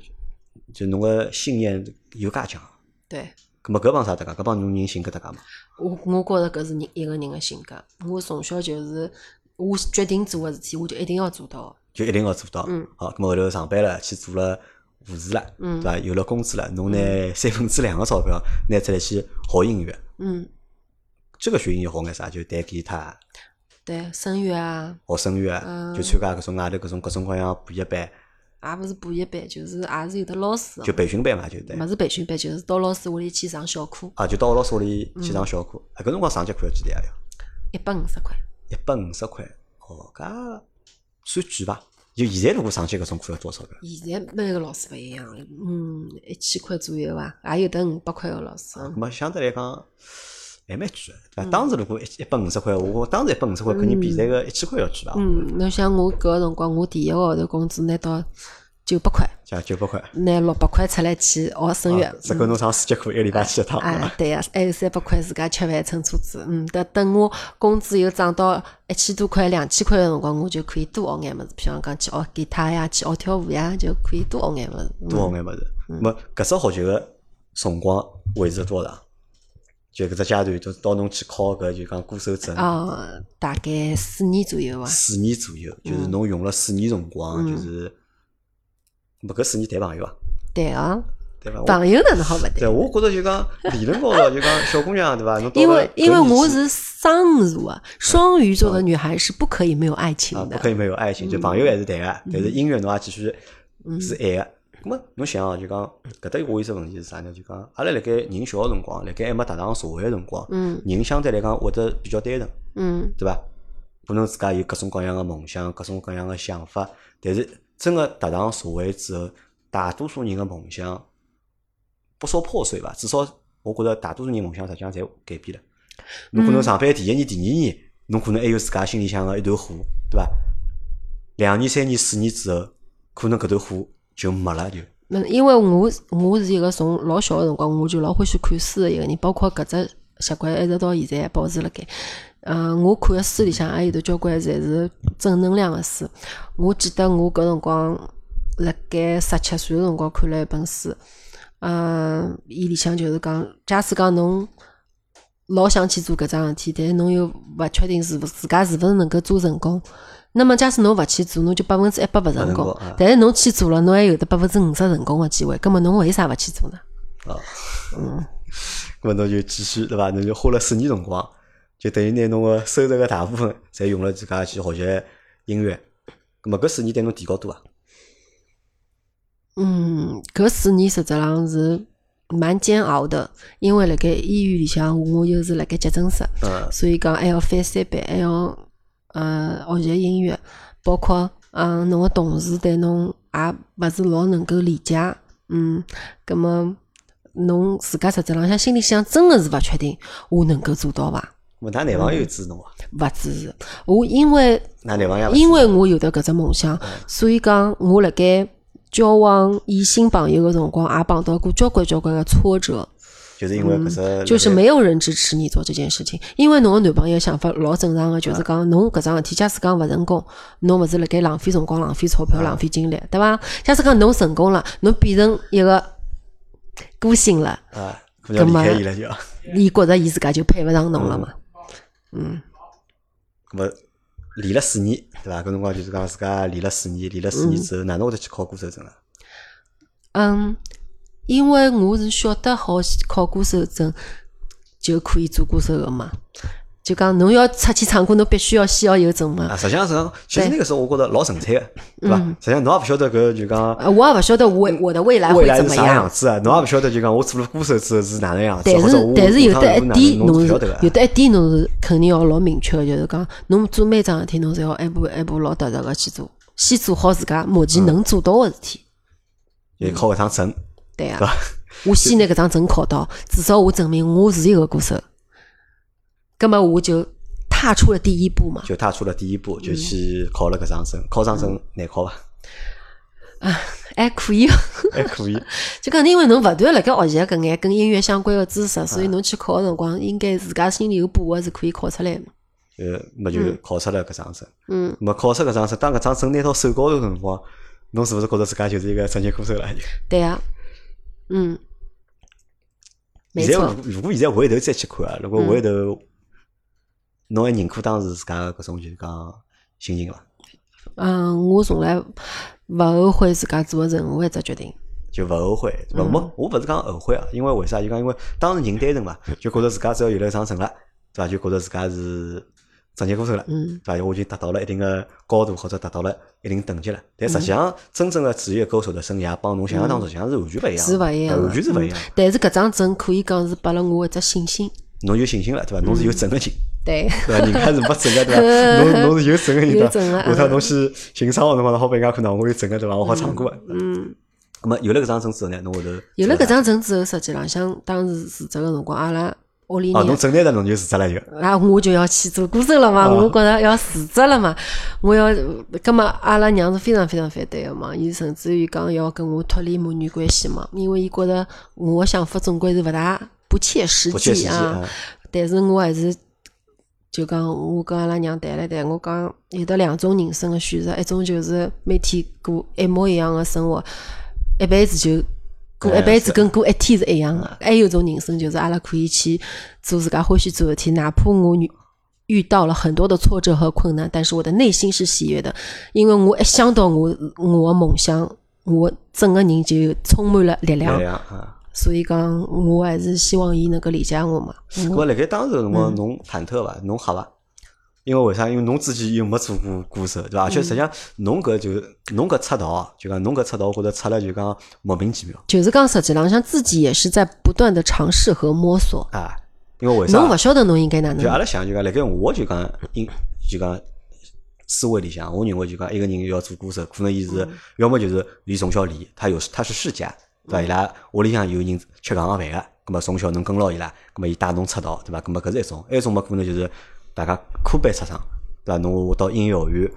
A: 就侬个信念有介强。
B: 对。
A: 葛末搿帮啥搭界？搿帮侬人性格搭界嘛？
B: 我我觉着搿是人一个人的性格。我从小就是，我决定做个事体，我就一定要做到。
A: 就一定要做到。
B: 嗯
A: 好，葛末后头上班了，去做了护士了，
B: 嗯
A: 对伐？有了工资了，侬拿三分之两个钞票拿出来去学音乐。
B: 嗯，
A: 这个学音乐学眼啥？就弹吉他、
B: 对，声乐啊，
A: 学声乐，
B: 嗯
A: 就参加搿种外头搿种各种各样补习班，
B: 也勿是补习班，就是也是有的老师的，啊
A: 就培训班嘛，就对。
B: 勿是培训班，就是到老师屋里去上小课，
A: 啊，就到我老师屋里去上小课。啊，搿辰光上节课要几钿啊？要？
B: 一百五十块。
A: 一百五十块，哦，搿算贵伐？就现在如果上去搿种课要多少个？
B: 现在每个老师勿一样了，嗯，一千块左右伐，也有得五百块个老师。
A: 咾么相对来讲还蛮贵的，对伐？
B: 嗯
A: 当时如果一一百五十块，我当时一百五十块肯定比现在个一千块要贵伐？
B: 嗯，侬想我搿个辰光，我第一个号头工资拿到九百块，
A: 像九百块，
B: 拿六百块出来去学声乐
A: 啊，只够侬上四节课，一个礼拜去一趟。
B: 嗯哎，对呀、还有三百块自家吃饭乘车子。嗯，等等我工资又涨到一千多块、两千块的辰光，我就可以多学眼物事，譬如讲去学吉他呀，去学跳舞呀，就可以多学眼物事。嗯
A: 多学眼物事。咾搿只学习个辰光维持了多长？就搿只阶段，就到侬去考搿就讲歌手证，
B: 啊、大概四年左右伐。
A: 四年左右，就是
B: 嗯
A: 侬用了四年辰光，就是，咾搿四年谈朋友啊，
B: 对啊，
A: 对伐？我
B: 朋友哪能好勿
A: 对，
B: 对？
A: 我觉着就讲理论高头就讲小姑娘对伐？侬到
B: 因
A: 了
B: 为
A: 搿
B: 因为
A: 年
B: 我
A: 纪
B: 是双鱼啊，双鱼座的女孩是不可以没有爱情
A: 啊，不
B: 的。嗯
A: 可以没有爱情，就朋友还是谈个，但是音乐侬也继续是爱个。咁么侬想哦，就讲搿搭我有只问题是啥呢？就讲阿拉辣盖人小个辰光，辣盖还没踏上社会个辰光，
B: 嗯
A: 人相对来讲活得比较单纯，
B: 嗯
A: 对伐？可能自家有各种各样个梦想，各种各样个想法，但是真个踏上社会之后，大多数人个梦想不说破碎伐，至少我觉着大多数人梦想实际上侪改变了。侬可能上班第一年、第二年，侬可能还有自家心里向个一团火，对伐？两年、三年、四年之后，可能搿团火就没了，就
B: 嗯，因为我是我是一个从老小的辰光我就老欢喜看书的一个人，包括搿只习惯一直到现在还保持辣盖。呃，我看的书里向也有得交关侪是正能量的书。我记得我搿辰光辣盖十七岁的辰光看了一本书，嗯，伊里向就是讲，假使讲侬老想去做搿桩事体，但是侬又勿确定是勿自家是勿是能够做成功。那么，假使侬勿去做，侬就百分之一百勿成
A: 不成功
B: 功哎
A: 啊。
B: 但是侬去做了，侬还有得百分之五十成功的机会。葛么侬为啥勿去做呢？
A: 啊。嗯，么侬就继续对伐？侬就花了四年辰光，就等于拿侬个收入个大部分侪用了自家去学习音乐。咁么搿四年对侬提高多啊伐？
B: 嗯，搿四年实质上是蛮煎熬的，因为辣盖医院里向，我又是辣盖急诊室，
A: 嗯，
B: 所以讲还要翻三倍，还要呃学习音乐，包括嗯侬个同事对侬也勿是老能够理解，嗯，葛么侬自家实质浪向心里向真个是勿确定我能够做到伐？
A: 咁么㑚男朋友支持侬伐？
B: 勿支持我，因为
A: 㑚男朋友也勿支持
B: 因为我有得搿只梦想，所以讲我辣盖交往异性朋友个辰光，也碰到过交关交关个挫折，
A: 就是因为搿只
B: 嗯就是
A: 辣盖
B: 没有人支持你做这件事情。因为侬个男朋友想法老正常个，啊就是讲侬搿桩事体，假使讲勿成功，侬勿是辣盖浪费辰光、浪费钞票、浪费精力，对伐？假使讲侬成功了，侬变成一个孤星了，
A: 啊，可能要离开
B: 搿么
A: 伊了就要。
B: 伊觉着伊自家就配勿上侬了嘛。
A: 咁么练了四年，对伐？搿辰光就是讲自家练了四年，练了四年之后，哪能会得去考歌手证啊？
B: 嗯，因为我是晓得好考歌手证就可以做歌手的嘛，就讲侬要出去唱歌，侬必须要先要有证嘛
A: 啊，。实际上是讲，其实那个时候我觉得老纯粹个，对伐？
B: 嗯
A: 实际上侬也勿晓得搿就讲
B: 呃，我也勿晓得我我的未来
A: 未
B: 会
A: 来
B: 怎
A: 是
B: 么
A: 啥样
B: 样，
A: 子啊？侬也勿晓得就讲我做了歌手之后是哪能样子，
B: 但
A: 或
B: 是
A: 者我
B: 但是有
A: 我
B: 得
A: 唱
B: 一
A: 歌
B: 点
A: 哪能侬
B: 侬
A: 是
B: 是
A: 晓得啊
B: 有
A: 个。
B: 得一点侬是肯定要老明确的，就是讲侬做每桩事体侬侪要一步一步老踏实个去做，先做好自家目
A: 嗯
B: 前能做到个事体。
A: 也考搿趟证，
B: 对啊， 我先拿搿张证考到，哦至少我证明我是一个歌手。葛么我就踏出了第一步嘛。
A: 就踏出了第一步，就去
B: 嗯
A: 考了搿张证。考上证难考 伐？
B: 还哎可以，啊
A: 还可以。
B: 就讲因为侬勿断辣盖学习搿眼跟音乐相关个知识，所以
A: 嗯
B: 侬去考个辰光，应该自家心里有把握是可以考出来嘛。
A: 呃，么就考出了搿张证。
B: 嗯，
A: 么考出搿张证，当搿张证拿到手高头的辰光，侬是勿是觉得自家就是一个职业歌手了？
B: 对啊，嗯，没
A: 现在
B: 错，
A: 如如果现在回头再去看啊，如果回头，侬还认可当时自家的搿种就是讲心情伐？
B: 嗯，我从来勿后悔自家做的任何一只决定。
A: 就勿后悔，
B: 嗯
A: 对伐？没，我勿是讲后悔啊，因为为啥？就讲因为当时人单 纯嘛，就觉着自家只要有了上层了，对伐？就觉着自家是职业歌手了，
B: 嗯
A: 对伐？我已经达到了一定的高度或者达到了一定等级了。但
B: 嗯
A: 实际上，真正的职业歌手的生涯帮侬想象当中实际上是完全勿一样的，
B: 是勿一样的嗯
A: 完全是勿一样的。
B: 但是搿张证可以讲是拨了我一只信心。
A: 侬有信心了，对伐？侬
B: 嗯
A: 是有整个劲。
B: 对，
A: 对伐？人家是没整个对 伐？侬侬是有整个人
B: 嗯有
A: 对
B: 整
A: 伐？
B: 个嗯
A: 下趟侬去寻生活辰光，好拨人家看到我有整个对伐？我好唱歌。
B: 嗯。
A: 咁么有了搿张证之后呢，侬后头
B: 有了搿张证之后，实际浪向当时辞职个辰光，阿拉屋里
A: 哦，
B: 人
A: 侬啊整来的侬就辞职了就。
B: 啊，我就要去做歌手了嘛，我觉着要辞职了嘛，我要，葛么阿拉娘是非常非常反对的嘛，伊甚至于讲要跟我脱离母女关系嘛，因为伊觉着我的想法总归是勿大不切实
A: 不切实
B: 际
A: 际
B: 啊
A: 啊，
B: 但是我还是就讲我跟阿拉娘谈了谈，我讲有得两种人生的选择，一种就是每天过一模一样的生活，一辈子就过
A: 哎
B: 一辈子跟过一天是一样的。还有一种人生就是阿拉可以去做自家欢喜做的事体，哪怕我遇遇到了很多的挫折和困难，但是我的内心是喜悦的，因为我一想到我我的梦想，我整个人就充满了力量
A: 力。量啊。
B: 所以讲，我还是希望伊能够理解我嘛。
A: 搿么辣盖当时个辰光，侬忐忑伐？侬吓伐？因为为啥？因为侬自己又没做过歌手，对伐？而且实际上，侬搿就侬搿出道啊，就讲侬搿出道，我觉着出来就讲莫名其妙
B: 就是讲，实际浪向自己也是在不断的尝试和摸索。
A: 啊。因为为啥
B: 侬？勿晓得侬应该哪
A: 就阿
B: 能，
A: 拉想就讲，辣盖我就讲，因就讲思维里向，我认为就讲一个人要做歌手，可能伊
B: 嗯
A: 是要么就是伊从小练，他有他是世家，对
B: 嗯
A: 伐？伊拉屋里向有人吃搿行饭个，葛末从小能跟牢伊拉，葛末伊带侬出道，对伐？葛末搿是一种，还有一种嘛，可能就是大家科班出身，对伐？侬到音乐学院。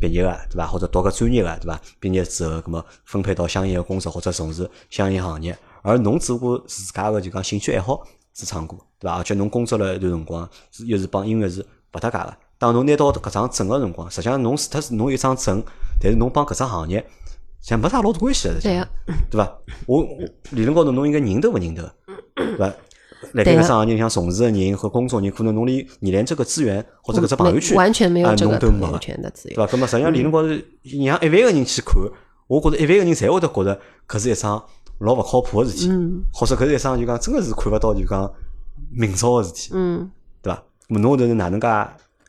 A: 毕业个对伐？或者读个专业个对伐？毕业之后，葛末分配到相应个公司或者从事相应行业。而侬只不过自家个就讲兴趣爱好是唱歌，对伐？而且侬工作了一段辰光，是又是帮音乐是勿搭界个。当侬拿到搿张证个辰光，实际上侬是脱是侬有一张证，但是侬帮搿只行业实际上没啥老大关系个，实际
B: 对啊
A: 上
B: 个，
A: 对伐？我我理论高头侬应该认得勿认得，对伐？辣盖搿
B: 对啊个
A: 只行业里向从事个人和工作人，可能侬连你连这个资源或者搿只朋友圈
B: 完嗯全没有
A: 啊
B: 这
A: 侬
B: 个
A: 都没
B: 朋
A: 个
B: 友。圈的自
A: 对
B: 由。
A: 伐？咁么实际上理
B: 嗯
A: 论高头，让一万个人去看，我觉着一万个人侪会得觉着搿是一桩老勿靠谱个事体，
B: 嗯
A: 或者搿是一桩就讲真个是看勿到就讲明朝个事体，
B: 嗯，
A: 对伐？咁么侬后头是哪能介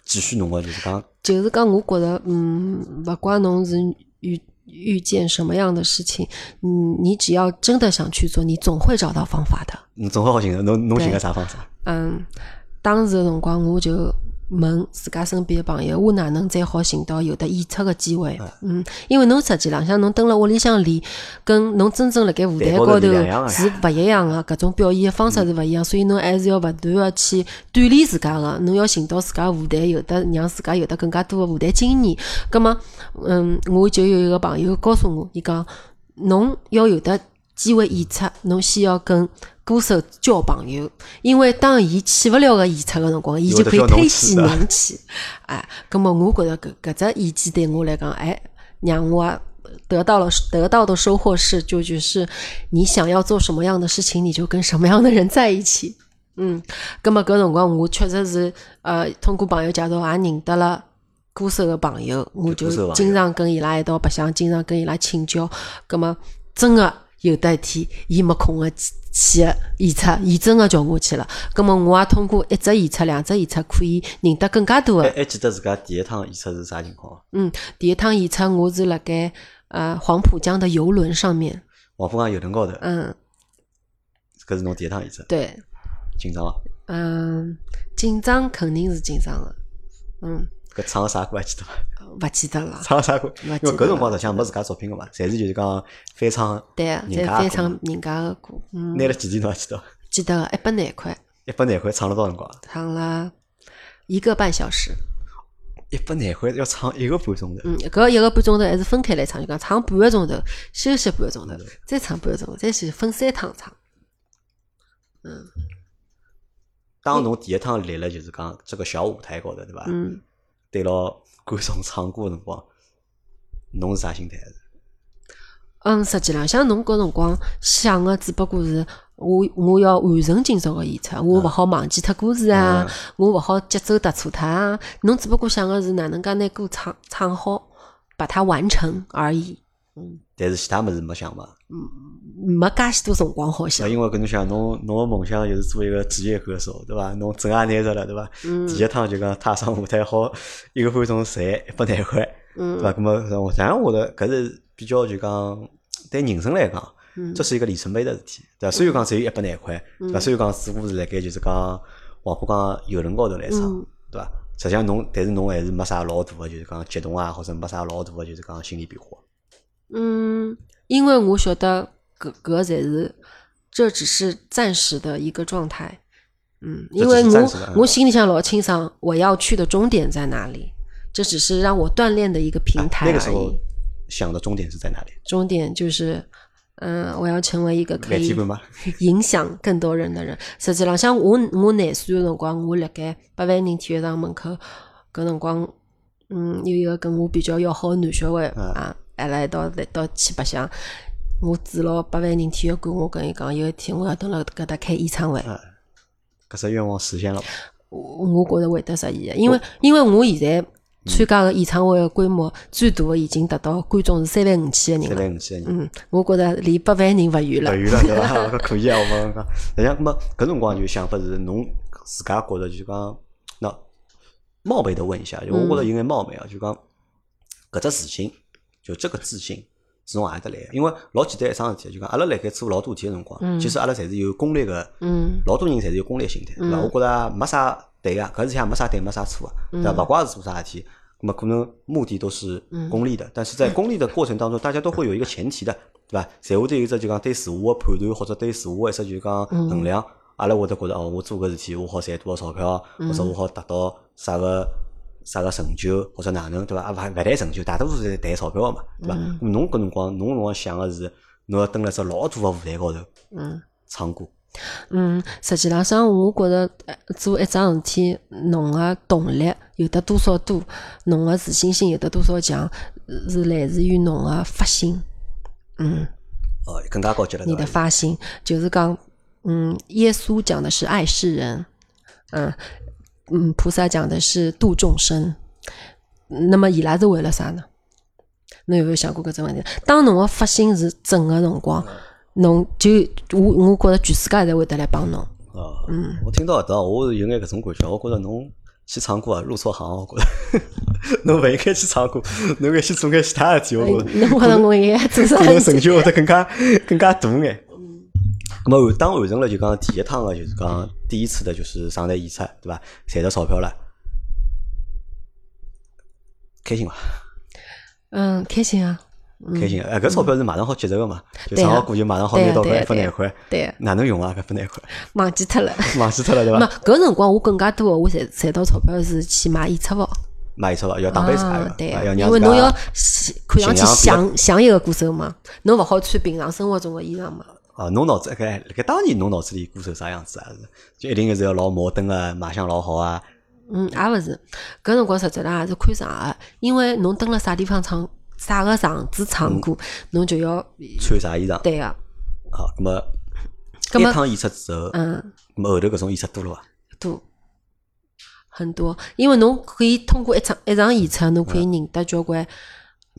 A: 继续弄个就是讲
B: 就是讲，我觉得，嗯，勿管侬是遇遇见什么样的事情，嗯，你只要真的想去做，你总会找到方法的。
A: 侬总归好寻个，侬侬寻个
B: 对
A: 啥方啊法？
B: 嗯，当时个辰光我就问自家身边个朋友，我哪能才好寻到有的演出个机会？
A: 哎
B: 嗯，因为侬实际浪向侬蹲辣屋里向练，跟侬真正辣盖舞台
A: 台高
B: 高
A: 头
B: 头
A: 是两样的呀啊
B: 是勿一样啊个，搿种表演个方式是勿一样，所以侬还是要勿断个去锻炼自家个，侬要寻到自家舞台，有的让自家有得更加多个舞台经验。葛么，嗯，我就有一个朋友告诉我，伊讲侬要有的机会演出，侬先要跟歌手交朋友，因为当伊去勿了个演出个辰光，伊就可以推荐侬去。哎，葛么我觉着搿搿只意见对我来讲，哎，让我啊得到了得到的收获是，就就是你想要做什么样的事情，你就跟什么样的人在一起。嗯，葛么搿辰光我确实是呃通过朋友介绍也认得了。歌手个朋友，我
A: 歌手朋
B: 就
A: 友
B: 经常跟伊拉一道白相，经常跟伊拉请教。葛么，真个有得一天，伊没空个去去个演出，伊真个叫我去了。葛么，我也通过一只演出、两只演出，可以认得更加多
A: 还
B: 个。
A: 还记得自家第一趟演出是啥情况伐？啊
B: 嗯，第一趟演出我是辣盖呃黄浦江的游轮上面，
A: 黄浦江游轮高头，
B: 嗯，
A: 搿是侬第一趟演出，
B: 对，
A: 紧张伐？
B: 嗯，紧张肯定是紧张个，嗯，
A: 搿唱个啥歌还 记得伐？
B: 勿记得了，
A: 唱个啥歌？因
B: 勿
A: 为
B: 记得
A: 搿辰光实际上没自家作品个嘛，侪是就是讲翻唱，
B: 对啊，
A: 人
B: 再
A: 家
B: 翻
A: 的歌
B: 唱人家个歌，嗯，
A: 拿了几钿侬还记得伐？
B: 记得个一百廿块，
A: 一百廿块唱了多少辰光啊？
B: 唱了一个半小时。
A: 一百廿块要唱一个半钟头，
B: 嗯，搿一个半钟头还是分开来唱，就讲唱半个钟头，休息半个钟头，
A: 嗯
B: 再唱半个钟头，再去分三趟唱。
A: 当侬第一趟立了，就是讲这个小舞台高头，对伐？
B: 嗯，
A: 对牢观众唱歌的辰光，侬是啥心态？
B: 嗯，实际浪向侬搿辰光想个只不过是我我要完成今朝个演出，我勿好忘记脱歌词啊
A: 嗯，
B: 我勿好节奏踏错它啊。侬只不过想个是哪能介拿歌唱唱好，把它完成而已，
A: 但是其他物事没想嘛，
B: 没介许多辰光好想
A: 那。因为搿侬想，侬侬个梦想就是做一个职业歌手，对伐？侬证也拿着了，对伐？
B: 嗯
A: 第一趟就讲踏上舞台好一个半钟赚一百廿块，对伐？
B: 嗯
A: 那么我当然我的搿是比较就讲对人生来讲，
B: 嗯
A: 这是一个里程碑的事体，对伐？虽然讲只有一百廿块，对伐？虽然讲似乎是辣盖就是讲黄浦江游轮高头来唱
B: 嗯，
A: 对伐？实际上侬，但是侬还是没啥老大个，就是讲激动啊，或者没啥老大个，就是讲心理变化。
B: 嗯，因为我晓得搿搿才是，这只是暂时的一个状态。嗯，因
A: 这只
B: 为
A: 是
B: 我
A: 暂时的嗯
B: 我心里想老清爽，我要去的终点在哪里？这只是让我锻炼的一个平台
A: 啊那个时
B: 而已。
A: 候想的终点是在哪里？
B: 终点就是，嗯、我要成为一个可
A: 万
B: 以
A: 天观吗？
B: 影响更多人的人。实际浪向，我我廿岁个辰光，我辣盖八万人体育场门口，搿辰光，嗯，有一个跟我比较要好个男小孩
A: 嗯
B: 啊，阿拉一道来到去白相。我住牢八万人体育馆，我跟伊讲，有一天我要蹲辣搿搭开演唱会，
A: 嗯，搿只愿望实现了吧？
B: 啊我我觉着会得实现的，因为因为我现在参加个演唱会个规模最大个已经达到观众是三万五千个人
A: 三
B: 了。
A: 万五千人。
B: 嗯，我觉着离八万人勿远
A: 勿
B: 了。
A: 远了，对伐？搿 可以啊，我讲讲。实际上，那么搿辰光就想法是，侬自家觉着就讲，那冒昧的问一下，就
B: 嗯
A: 我觉着有眼冒昧啊，就讲搿只事情，就这个自信是从何里搭来的？因为老简单一桩事体，就讲阿拉辣盖做老多事体个辰光，
B: 嗯
A: 其实阿拉侪是有攻略个，
B: 嗯
A: 老多人侪是有攻略心态，对伐？
B: 嗯
A: 我觉着没啥对个，搿事体也没啥对，没啥错啊，对伐？勿怪是做啥事体。那么可能目的都是
B: 嗯
A: 功利的，但是在功利的过程当中，大家都会有一个前提的，对伐？侪会得有一只就讲对自我的判断，或者对自我的一只就讲
B: 嗯
A: 衡量。阿拉会得觉着哦，我做搿事体，我好赚多少钞票，
B: 嗯
A: 或者我好达到啥个啥个成就，或者哪能，对伐？啊，勿勿谈成就，大多数侪谈钞票嘛，对伐？
B: 嗯
A: 咾侬搿辰光，侬搿辰光想个是，侬要蹲辣只老大个舞台高头
B: 嗯
A: 唱歌，
B: 嗯，实际浪向我觉着呃做一桩事体，侬个动力有得多少多，侬个自信心有得多少强，是是来自于侬个发心。嗯。
A: 哦，更加高级了，
B: 你
A: 对
B: 的
A: 伐？
B: 发心，就是讲，嗯，耶稣讲的是爱世人，嗯嗯，菩萨讲的是度众生。那么伊拉是为了啥呢？侬有没有想过搿只问题？当侬个发心是正个辰光，侬就我我觉着全世界侪会得来帮侬。
A: 哦，
B: 嗯
A: 我听到搿搭，我是有眼搿种感觉，我觉着侬去唱歌啊，入错行，我觉着 侬勿应该去唱歌，侬应该去做眼其他事体，我觉着。
B: 哎侬觉着我应该做啥
A: 可能
B: 事
A: 成
B: 体？
A: 就会得更加更加大眼。
B: 嗯
A: 咁么完，当完成了就讲第一趟个，就是讲第一次的，就是上台演出，对伐？赚到钞票了，开心伐？
B: 嗯，开心啊！
A: 开心。哎，搿钞票是马上好结着个嘛，就
B: 对啊
A: 上好歌就马上好拿到
B: 对啊对
A: 搿
B: 啊
A: 一分两
B: 对啊
A: 块，
B: 对，
A: 哪能用啊？搿分两块，
B: 忘记脱了。
A: 忘记脱了，对
B: 没
A: 伐？
B: 搿辰光我更加多的我赚赚到钞票是去买演出服。
A: 买演出伐？要打扮自家
B: 啊
A: 个，
B: 对
A: 要让
B: 因为
A: 自
B: 侬
A: 家
B: 要是看上去
A: 形象比
B: 像像一个歌手嘛，侬勿好穿平常生活中的衣裳嘛。
A: 啊，侬脑子搿辣盖当年侬脑子里歌手啥样子啊？是就一定是要老摩登啊，卖相老好啊，
B: 嗯，也勿是，搿辰光实际上也是看场合，因为侬蹲辣啥地方唱啥个场子唱歌，
A: 嗯
B: 侬就要
A: 穿啥衣裳？
B: 对啊个、
A: 好，咁么
B: 咁
A: 一
B: 么
A: 趟演出之后，
B: 嗯，
A: 咁么后头搿种演出多了伐？
B: 多很多，因为侬可以通过一场一场演出，侬可以认得交关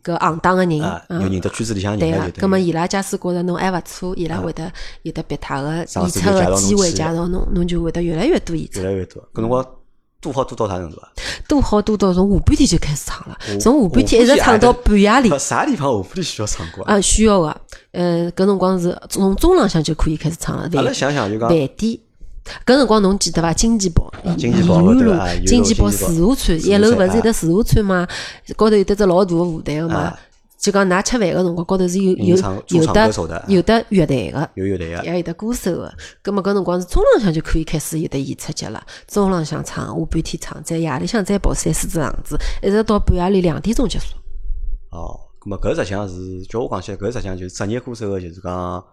B: 搿行当个人，
A: 啊，
B: 嗯
A: 有认得圈子里向
B: 对
A: 人
B: 个
A: 了，就
B: 葛么
A: 等于
B: 伊拉假使觉着侬还勿错，伊拉会得有得别他个演
A: 上次
B: 出
A: 就介绍
B: 个
A: 侬
B: 机会
A: 去
B: 介绍侬，侬就会得越来越多演出
A: 越。来越多。搿辰光多好多到啥程度啊？
B: 多好多到从下半天就开始唱了，从下半天一
A: 下
B: 直
A: 半
B: 唱到
A: 天
B: 半夜里
A: 到。啥地方下半里需要唱歌啊？
B: 啊，需要个，呃，搿辰光是从中浪向就可以开始唱了，
A: 阿拉
B: 万
A: 想想就讲，
B: 万点。搿辰光侬记得伐？金鸡堡
A: 啊、金
B: 盐
A: 鸡堡
B: 盐
A: 对
B: 路
A: 伐啊、盐
B: 金
A: 路
B: 鸡
A: 金鸡
B: 堡
A: 堡
B: 自助餐，
A: 自助
B: 一楼
A: 餐
B: 勿是有
A: 啊
B: 得自助餐嘛？高头有得只老大个舞台个嘛
A: 啊。
B: 就讲㑚吃饭个辰光，高头是有
A: 吟
B: 有
A: 唱驻
B: 有
A: 唱歌手的
B: 得
A: 啊
B: 有得乐队个，
A: 有有台啊，
B: 也有得歌手个。葛末搿辰光是中浪向就可以开始有得演出节了，中浪向唱，下半天唱，再夜里向再跑三四只场子，一直到半夜里两点钟结束。
A: 哦，咁么搿实际上是，叫我讲起来，搿实际上就是职业歌手个，就是讲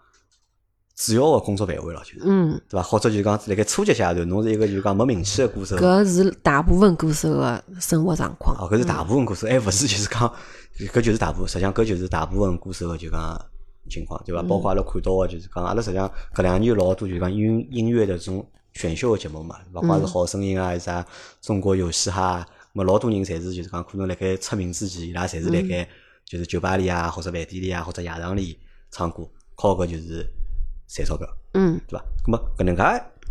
A: 主要个工作范围了，就是
B: 嗯，
A: 对伐？或者就是讲辣盖初级阶段，侬是一个就是讲没名气个歌手。
B: 搿是大部分歌手个生活状况。
A: 哦，搿是大部分歌手，还勿是就是讲，搿就是大部分，实际上搿就是大部分歌手个就讲情况，对伐？包括阿拉看到个就是讲，阿拉实际上搿两年有老多就是讲音音乐的这种选秀个节目嘛，勿管是好声音啊，还是啥中国有嘻哈啊，么老多人侪是就是讲可能辣盖出名之前，伊拉侪是辣盖就是酒吧里啊，或者饭店里啊，或者夜场里唱歌，靠搿就是赚钞票，
B: 嗯，
A: 对伐？咁么搿能介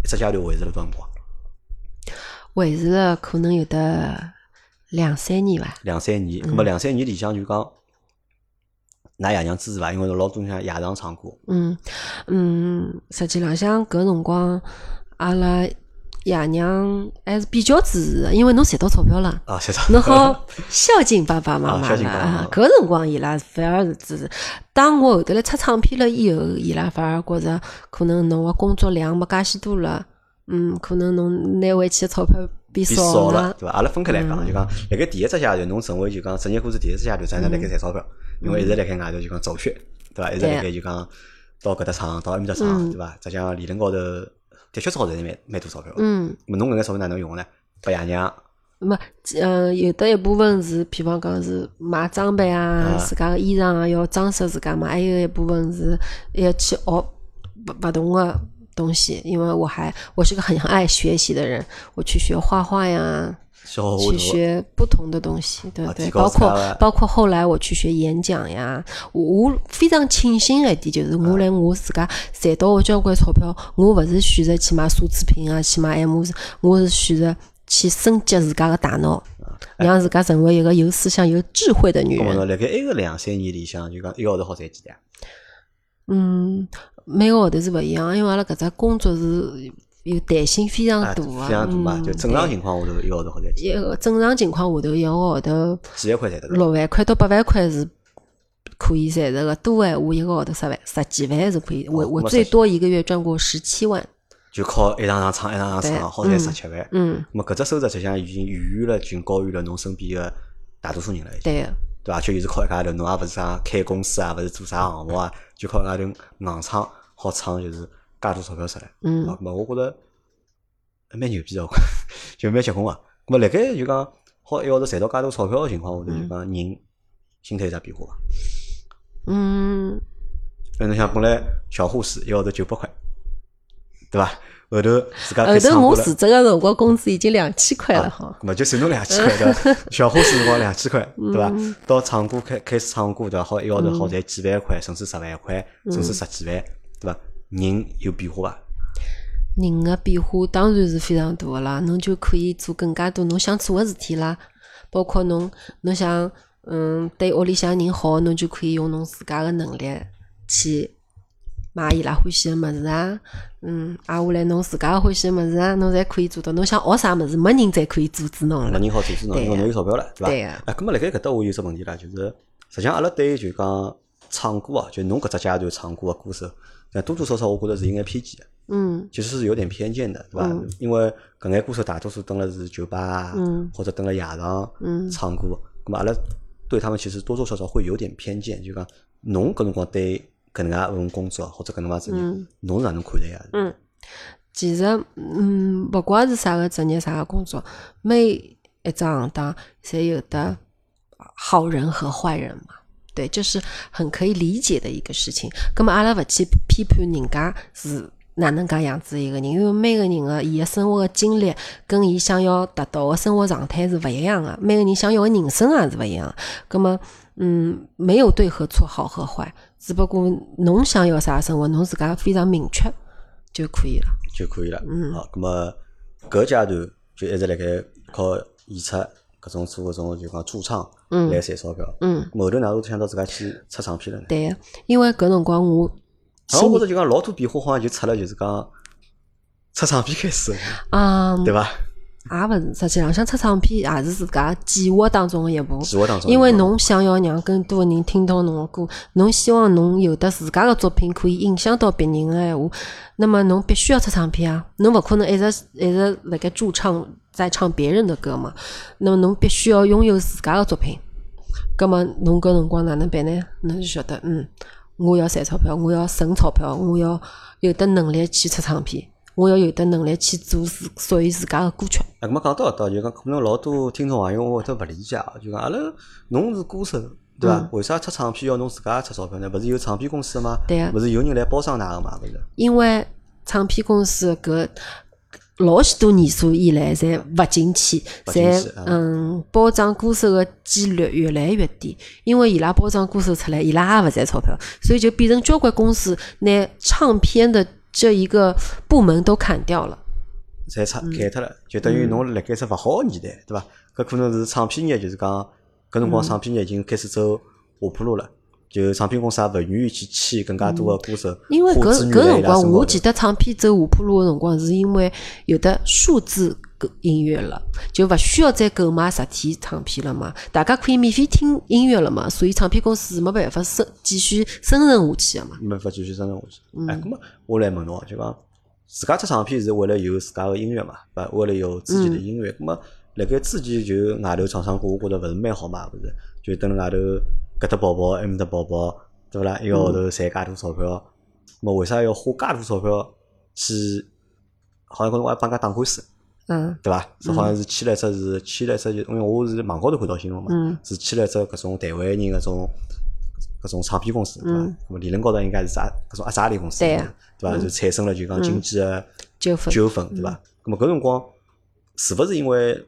A: 一只阶段维持了多少辰光？
B: 维持了可能有得两三年伐。
A: 两三
B: 嗯
A: 年，咁么两三年里向就讲，㑚爷娘支持伐？因为侬老多像夜场唱歌，
B: 嗯嗯，实际浪向搿辰光，阿拉爷娘还是比较支持个，因为侬赚到钞 票了。
A: 啊，晓得。
B: 侬好孝敬爸爸妈
A: 啊
B: 妈
A: 孝敬
B: 了
A: 爸爸妈妈
B: 啊！搿辰光伊拉反而是支持。当我后头来出唱片了以后，伊拉反而觉着可能侬个工作量没介许多了，嗯，可能侬拿回去个钞票
A: 变
B: 变
A: 少
B: 少嗯
A: 了，对伐？阿拉分开来讲，就讲辣盖第一只阶段，侬成为就讲职业歌手第一只阶段，才能辣
B: 嗯
A: 盖赚钞票，因为一直辣盖外头就讲走穴，对伐？一直辣盖就讲到搿搭唱，到埃面搭唱，
B: 嗯
A: 对伐？再加上理论高头的确操赚蛮蛮多钞票。
B: 嗯，
A: 咾侬搿眼钞票哪能用呢？拨爷娘
B: 没，嗯，有的一部分是，比方讲是买装备啊
A: 啊，
B: 自家个衣裳啊，要装饰自家嘛。还有一部分是要去学不不同的东西，因为我还我是个很爱学习的人，我去学画画呀，
A: 消化我
B: 去
A: 头。
B: 学不同的东西，对
A: 啊
B: 不对？
A: 提高
B: 包括
A: 自家的
B: 包括后来我去学演讲呀，我我非常庆幸的一点
A: 啊
B: 就是，我来我自家赚到的交关钞票，我勿是选择去买奢侈品啊，去买 M，我是选择去升级自家的大脑，让自家成为一个有思想、有智慧的女
A: 啊哎那么
B: 人。
A: 呢，辣盖埃个两三年里向，就讲一个号头好赚几钿啊？
B: 嗯，每个号头是勿一样，因为阿拉搿只工作是有弹性非常
A: 啊，
B: 大
A: 非
B: 啊
A: 常大嘛，
B: 嗯
A: 就正常
B: 对
A: 情况下头一个号头好赚
B: 一
A: 几？
B: 个正常情况下头，一个号头。
A: 几万块赚得到。
B: 六万块到八万块是可以赚着个，多闲话一个号头十万、十几万是可以。我
A: 哦
B: 我
A: 没
B: 最
A: 啥
B: 多一个月赚过十七万。
A: 就靠一场场唱一场场唱，好
B: 对
A: 赚
B: 嗯
A: 十七万。
B: 嗯，
A: 那么搿只收入实际上已经远远了，就高于了侬身边个大多数人了，已经，
B: 对的，
A: 对伐？而且又是靠一家头，侬也勿是啥开公司啊，勿是做啥项目
B: 嗯
A: 啊，就靠一家头硬唱好唱，就是介多钞票出来。
B: 嗯
A: 啊，，么我觉着还蛮牛逼的， 就蛮结棍个。咁么辣盖就讲好一个号头赚到介多钞票个情况下头，就讲人心态有啥变化伐？
B: 嗯，
A: 反正像本来小护士一个号头九百块，对伐？后头自家
B: 后
A: 开
B: 头
A: 唱
B: 我
A: 过了
B: 辞。职个辰光工资已经两千块了
A: 啊
B: 哈。
A: 咁么就算侬两千块对伐？小伙子辰光两千块对伐
B: 嗯？
A: 到唱歌开开始唱歌对伐？好一个号头
B: 嗯
A: 好赚几万块，甚至十万块，甚至十几万对伐？人有变化伐？
B: 人的变化当然是非常大的啦，侬就可以做更加多侬想做的事体啦，包括侬侬想嗯对屋里向人好，侬就可以用侬自家的能力去买伊拉欢喜的物事啊，嗯，挨下来侬自家欢喜的物事啊，侬侪可以做到。侬想学啥物事，没人再可以阻止侬
A: 没
B: 了。
A: 人好阻止侬，
B: 对
A: 因为
B: 呀
A: 侬有钞票了对伐？
B: 对呀
A: 啊，咁么辣盖搿搭我有只问题啦，就是实际上阿拉对于就讲唱歌啊，就侬搿只阶段唱歌个歌手，那多多少少我觉着是有眼偏见的。
B: 嗯
A: 其实是有点偏见的，对吧？
B: 嗯
A: 因为搿眼歌手大多数蹲了是酒吧啊
B: 嗯
A: 或者蹲了夜场
B: 嗯
A: 唱歌，咁么阿拉对他们其实多多少少会有点偏见，就讲侬搿辰光对搿能介一份工作或者搿能介职业
B: 嗯，
A: 侬是哪能看待啊呀？
B: 嗯，其实嗯，勿怪是啥个职业、啥个工作，每一只行当侪有的好人和坏人嘛。对，这是很可以理解的一个事情。咁么阿拉勿去批判人家是哪能介样子一个人，因为每个人个伊个生活个经历跟伊想要达到个生活状态是勿一样个、每个人想要个人生也是勿一样个。咁么，嗯，没有对和错，好和坏，只不过侬想要啥生活，侬自家非常明确就可以了。
A: 就可以了。
B: 嗯
A: 好，咁么搿阶段就一直辣盖靠演出搿种做搿种就讲驻唱
B: 嗯
A: 来赚钞票。
B: 嗯，
A: 后头哪能想到自家去出唱片了呢？
B: 对个，因为搿辰光我
A: 好像我觉着就讲老多变化，好像就出了就是讲出唱片开始，
B: 啊，
A: 对伐？
B: 也勿是，实际浪向出唱片也是自家计划当中的一部分。
A: 计划当中，
B: 因为侬想要让更多的人听到侬的歌，侬希望侬有的自家的作品可以影响到别人的闲话，那么侬必须要出唱片啊，侬勿可能一直一直辣盖驻唱在唱别人的歌嘛，那么侬必须要拥有自家的作品。葛么侬搿辰光哪能办呢？侬就晓得，嗯，我要赚钞票，我要省钞票，我要有的能力去出唱片，我要有的能力去做自属于自家的歌曲。
A: 啊，咁么讲到搿搭，就讲可能老多听众朋友会得勿理解啊，就讲阿拉侬是歌手对
B: 嗯
A: 伐？为啥出唱片要侬自家出钞票呢？勿是有唱片公司的吗？
B: 对啊
A: 勿是有人来包装㑚个嘛？勿是？
B: 因为唱片公司搿老许多年数以来侪勿景气，
A: 勿景
B: 侪
A: 气啊
B: 嗯包装歌手个几率越来越低，因为伊拉包装歌手出来，伊拉也勿赚钞票，所以就变成交关公司拿唱片的这一个部门都砍掉了。
A: 侪拆
B: 嗯
A: 改脱了，就等于侬辣盖只勿好个年代，对伐？搿可能是唱片业，就是讲搿
B: 嗯
A: 辰光唱片业已经开始走下坡路了。就唱片公司也勿愿意去签更加多个歌手，
B: 嗯因为
A: 花
B: 搿
A: 资源
B: 搿
A: 辣伊
B: 辰
A: 拉
B: 光，
A: 身高
B: 我
A: 头
B: 记得唱片走下坡路的辰光，是因为有的数字搿音乐了，就勿需要再购买实体唱片了嘛，大家可以免费听音乐了嘛，所以唱片公司是没办法生继续生存下去的嘛。
A: 没法继续生存下去。哎，咁么我来问侬啊，就讲自家出唱片是为了有自家个音乐嘛，对伐？为了有自己的音乐，咁么辣盖之前就外头唱唱歌，我觉着勿是蛮好嘛，勿是？就等外头搿搭宝宝、埃面搭宝宝，对勿啦？一个号头赚介多钞票，咁么为啥要花介多钞票去？好像搿辰光还帮人家打官司，
B: 嗯
A: 对伐？是好像是签了一只是签了一只，因为我是网高头看到新闻嘛，
B: 嗯
A: 是签了一只搿种台湾人搿种搿种唱片公司，对伐
B: 嗯？
A: 咁么理论高头应该是阿搿种阿扎里公司，
B: 对
A: 对
B: 啊
A: 伐？就产生了就讲经济个
B: 纠纷嗯
A: 纠纷，对伐？咁么搿辰光是勿是因为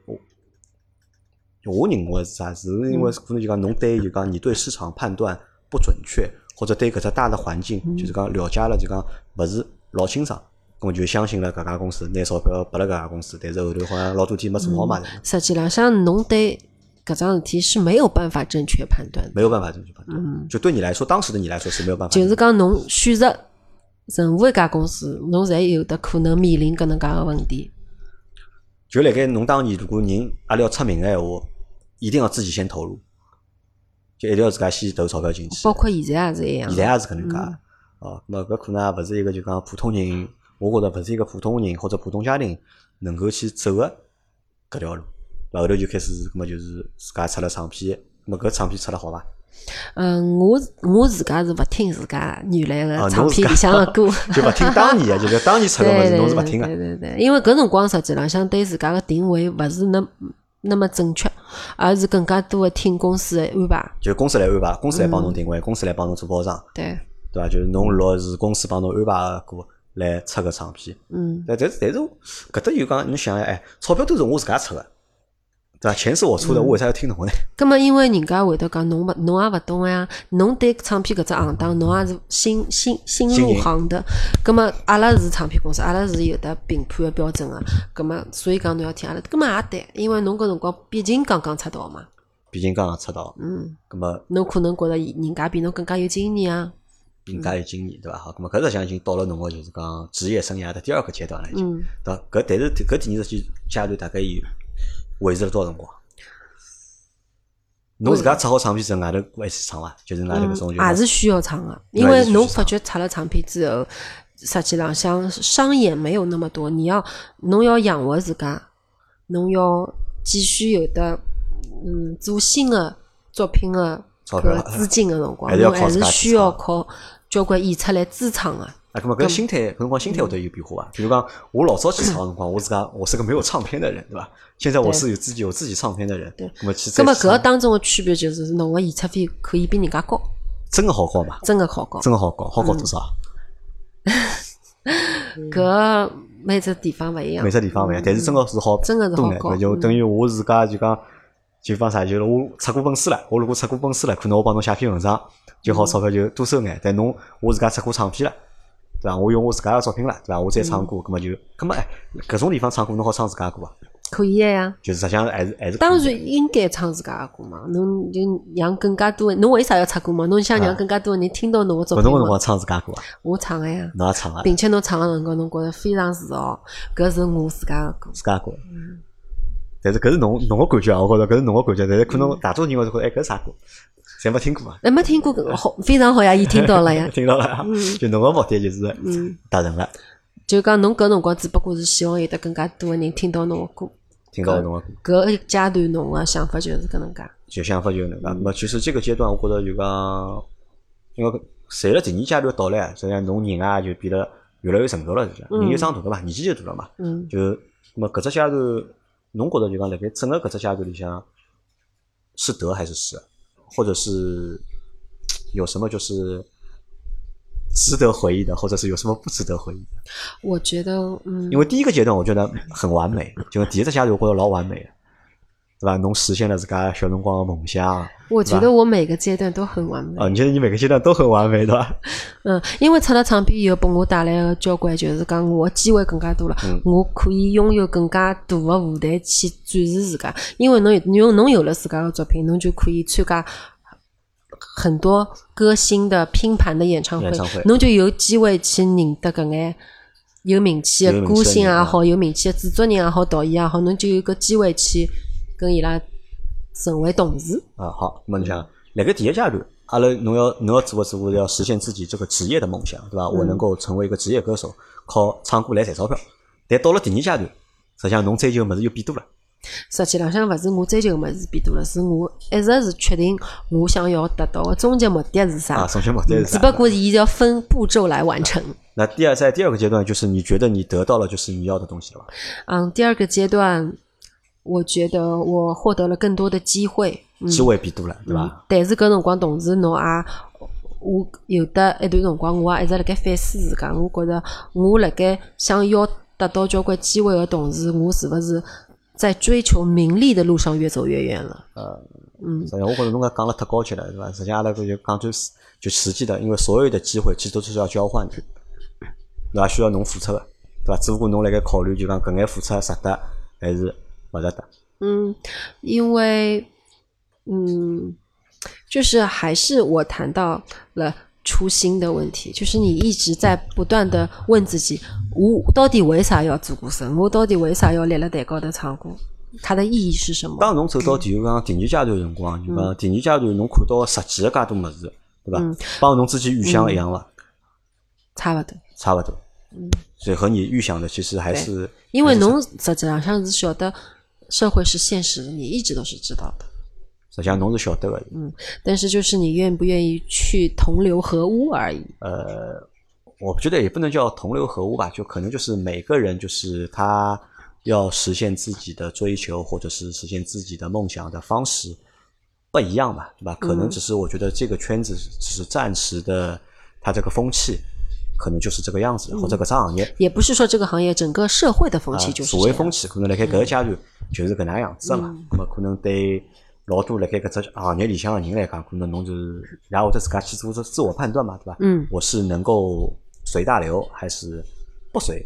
A: 我认为是啥？是因
B: 嗯
A: 为可能就讲侬对就讲你对市场判断不准确，或者对搿只大的环境
B: 嗯
A: 就是讲了解了就讲勿是老清爽，咾么就相信了搿家公司，拿钞票拨了搿家公司，但是后头好像老多天没做好嘛，
B: 实际浪向侬对搿桩事体是没有办法正确判断的，
A: 没有办法这么去判断。就对你来说，当时的你来说是没有办法的。
B: 嗯就是讲侬选择任何一家公司，侬侪有的可能面临搿能介个问题。
A: 就辣盖侬当年如果人阿拉要出名个闲话，一定要自己先投入，就一定要自家先投钞票进去。
B: 包括现在也是一样。
A: 现在也是搿
B: 嗯
A: 能介。哦，那么搿可能也勿是一个就讲普通人，我觉着勿是一个普通人或者普通家庭能够去走个搿条路。那后头就开始，搿么就是自家出了唱片，咾么搿唱片出了好伐？
B: 嗯，我我自家是勿听自家原来
A: 啊
B: 个
A: 侬
B: 唱
A: 自
B: 片
A: 家
B: 里向个歌。
A: 就勿听当年个，就是当年 出个物
B: 对
A: 事，
B: 对
A: 侬是勿听啊个
B: 对。对对，因为搿辰光实际浪向对自家个定位勿是那那么正确，而是更加多的听公司的安排。
A: 就公司来安排，公司来帮
B: 嗯
A: 侬定位，公司来帮侬做包装，
B: 对，
A: 对伐？就是侬录是公司帮侬安排个歌来出个唱片。
B: 嗯，
A: 但但是但是我，搿搭就讲，侬想哎，钞票都是我自家出个，对伐？钱是我
B: 嗯
A: 出的，我为啥要听侬个呢？
B: 葛么因为人家会得讲侬勿侬也勿懂呀，侬对唱片搿只行当侬也是新新
A: 嗯
B: 新
A: 新
B: 入
A: 人
B: 行的，葛么阿拉是唱片公司，阿拉是有得评判的标准个、葛么所以讲侬要听阿拉，葛么也对，因为侬搿辰光毕竟刚刚出道嘛，
A: 毕竟刚刚出道，
B: 嗯，
A: 葛么
B: 侬可能觉着人家比侬更加有经验啊，
A: 人家有经验，对伐？好，葛么搿实际上已经到了侬个就是讲职业生涯的第二个阶段了，已经，
B: 嗯。
A: 对伐？搿但是搿第二个阶阶段大概有维持了多少辰光？侬自家出好唱片之后，外头还去唱伐？就是外头搿种就
B: 嗯也是需要唱的，因
A: 还
B: 为
A: 是需要
B: 侬
A: 唱
B: 发觉出了唱片之后，实际浪向商演没有那么多，你要侬要养活自家，侬要继续有的嗯做新的作品的
A: 钞票
B: 搿资金的辰光，
A: 还是要
B: 侬
A: 靠
B: 还
A: 自
B: 是
A: 家
B: 需
A: 支
B: 要
A: 撑
B: 靠交关演出来支撑的。
A: 啊，葛么搿心态，搿辰光心态会得有变化伐？比如讲，我老早去唱个辰光，我自家我是个没有唱片的人，对伐？现在我
B: 对
A: 是有自己有自己唱片的人，
B: 对
A: 葛么去再
B: 葛么
A: 去
B: 搿
A: 唱
B: 当中的区别就是侬个演出费可以比人家高，
A: 真个好搞嘛？
B: 真的好高。
A: 真个好搞，好搞多少？啊
B: 搿每只地方勿一样
A: 每。只地方勿一样，但是真个是好
B: 真个是
A: 多
B: 好
A: 眼
B: 搞
A: 对就
B: 嗯
A: 等于我自家就讲，就帮啥，就是我出过本书了，我如果出过本书了，可能我帮侬写篇文章，就
B: 嗯
A: 好钞票就多收眼。但侬我自家出过唱片了，对伐？我用我自家个作品了，对伐？我再唱
B: 嗯
A: 歌，葛么就，葛么哎，搿种地方唱歌侬好唱自家歌啊，
B: 可以的呀。
A: 就是实际上还是还是
B: 当然应该唱自家的歌嘛，侬就让更加多的，侬为啥要出歌嘛？侬想让更加多的人听到侬的作
A: 搿
B: 品
A: 种辰光
B: 嘛？
A: 唱自家歌啊，
B: 我唱的呀，
A: 侬也唱啊，
B: 并且侬唱的辰光，侬觉得非常自豪，搿是我自家的歌。
A: 自家歌。
B: 嗯
A: 但是搿是侬侬个感觉啊，我觉着搿是侬个感觉，但是可
B: 嗯
A: 能大多数人会觉着哎搿是啥歌，侪没听过啊。。
B: 哎，没听过搿个好，非常好呀，伊听到了呀
A: 听到了啊，就侬个目的就是
B: 嗯
A: 达成了，
B: 就讲侬搿辰光只不过是希望有得更加多的人听到侬的歌。
A: 听到了侬个歌。
B: 搿一阶段侬的想法就是搿能介。
A: 就想法就是能介。那其实这个阶段，我觉着就讲，因为随着第二阶段到来，实际上侬人啊就变得越来越成熟了，实际上人就长大了嘛，年纪就大了嘛，
B: 嗯，
A: 就那么搿只阶段，侬觉着就讲辣盖整个搿只阶段里向是得还是失，或者是有什么就是值得回忆的，或者是有什么不值得回忆的？
B: 我觉得，嗯
A: 因，为第一个阶段我觉得很完美，就是第一只阶段我觉着老完美了，对吧？侬实现了自家小辰光的梦想。
B: 我觉得我每个阶段都很完美。
A: 啊，你觉得你每个阶段都很完美，啊对吧？
B: 嗯，因为出了唱片以后，拨我带来个交关，就是讲我的机会更加多了，
A: 嗯
B: 我可以拥有更加大个舞台去展示自家。因为侬有侬侬有了自家个作品，侬就可以参加很多歌星的拼盘的演唱会
A: 演唱会，
B: 侬就有机会去认得搿眼。有名气
A: 有
B: 的
A: 名气的
B: 歌星也
A: 人啊
B: 好，有名气的制作人也好，导演也好，侬就有个机会去跟伊拉成为同事。
A: 啊，好，那么你想，哪个第一阶段，阿拉侬要侬要做的只不过是要实现自己这个职业的梦想，对吧？我能够成为一个职业歌手，靠唱歌来赚钞票。但到了第二阶段，实际上侬追求的物事又变多了，
B: 实际浪向勿是我追求个物事变多了，是我一直是确定我想要达到个终极目的是
A: 啊，
B: 啥。
A: 首先目的是
B: 只
A: 啥
B: 不过伊要分步骤来完成。
A: 那第二在第二个阶段，就是你觉得你得到了就是你要的东西了吧？
B: 嗯，第二个阶段，我觉得我获得了更多的机会，嗯，
A: 机会变多了，对吧？
B: 但是搿辰光同时侬也，我有得一段辰光，我啊也一直辣盖反思自家，我觉着我辣盖想要得到交关机会的同时，我是勿是在追求名利的路上越走越远了。嗯，
A: 实际上，我觉着侬搿讲了太高级了，对伐？实际上阿拉搿就讲最实就实际的，因为所有的机会其实都是要交换的，对伐？需要侬付出的，对伐？只不过侬辣盖考虑，就讲搿眼付出值得还是勿值得。
B: 嗯，因为嗯，就是还是我谈到了初心的问题，就是你一直在不断的问自己，我到底为啥要做歌手？我到底为啥要立了台高头唱歌？它的意义是什么？
A: 当侬走到第二讲第二阶段的辰光，就讲第二阶段侬看到实际的介多物事，对伐
B: 嗯？
A: 帮侬自己预想一样伐？
B: 差不多，
A: 差勿多。所以和你预想的其实还是
B: 因为侬实际上是晓得社会是现实的，你一直都是知道的。
A: 实际上侬是晓得个。
B: 但是就是你愿不愿意去同流合污而已。
A: 我觉得也不能叫同流合污吧，就可能就是每个人就是他要实现自己的追求或者是实现自己的梦想的方式不一样吧，对吧？可
B: 嗯
A: 能只是我觉得这个圈子只是暂时的，它这个风气可能就是这个样子，或者搿只行业
B: 也不是说这个行业整个社会的嗯风气就是这
A: 啊所
B: 样、嗯
A: 谓风气，可能辣盖搿个阶段就是搿能样子个嘛。咁么可能对老多辣盖搿只行业里向个人来讲，可能侬就是也会得自家去做自自我判断嘛，对伐？
B: 嗯，
A: 我是能够随大流还是不随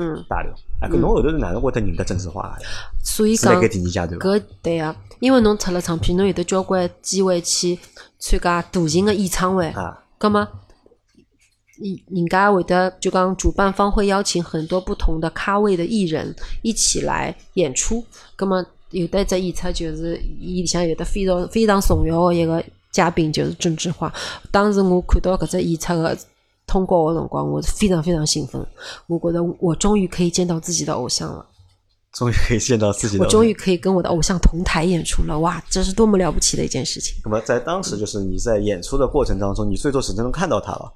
B: 嗯，
A: 大流？哎，搿侬后头是哪能会得认得政治化啊？
B: 所以
A: 是
B: 讲
A: 辣盖第二阶段伐，
B: 搿对呀、因为侬出了唱片，侬有得交关机会去参加大型的演唱会，
A: 啊，
B: 葛么，人人家会得就讲主办方会邀请很多不同的咖位的艺人一起来演出，葛么有的一只演出就是伊里向有得非常非常重要的一个嘉宾就是郑智化。当时我看到搿只演出的通告的辰光，我是非常非常兴奋，我觉得我终于可以见到自己的偶像了。
A: 终于可以见到自己的。
B: 我终于。可以跟我的偶像同台演出了，哇，这是多么了不起的一件事情！
A: 那么在当时就是你在演出的过程当中，你最多只能看到他了，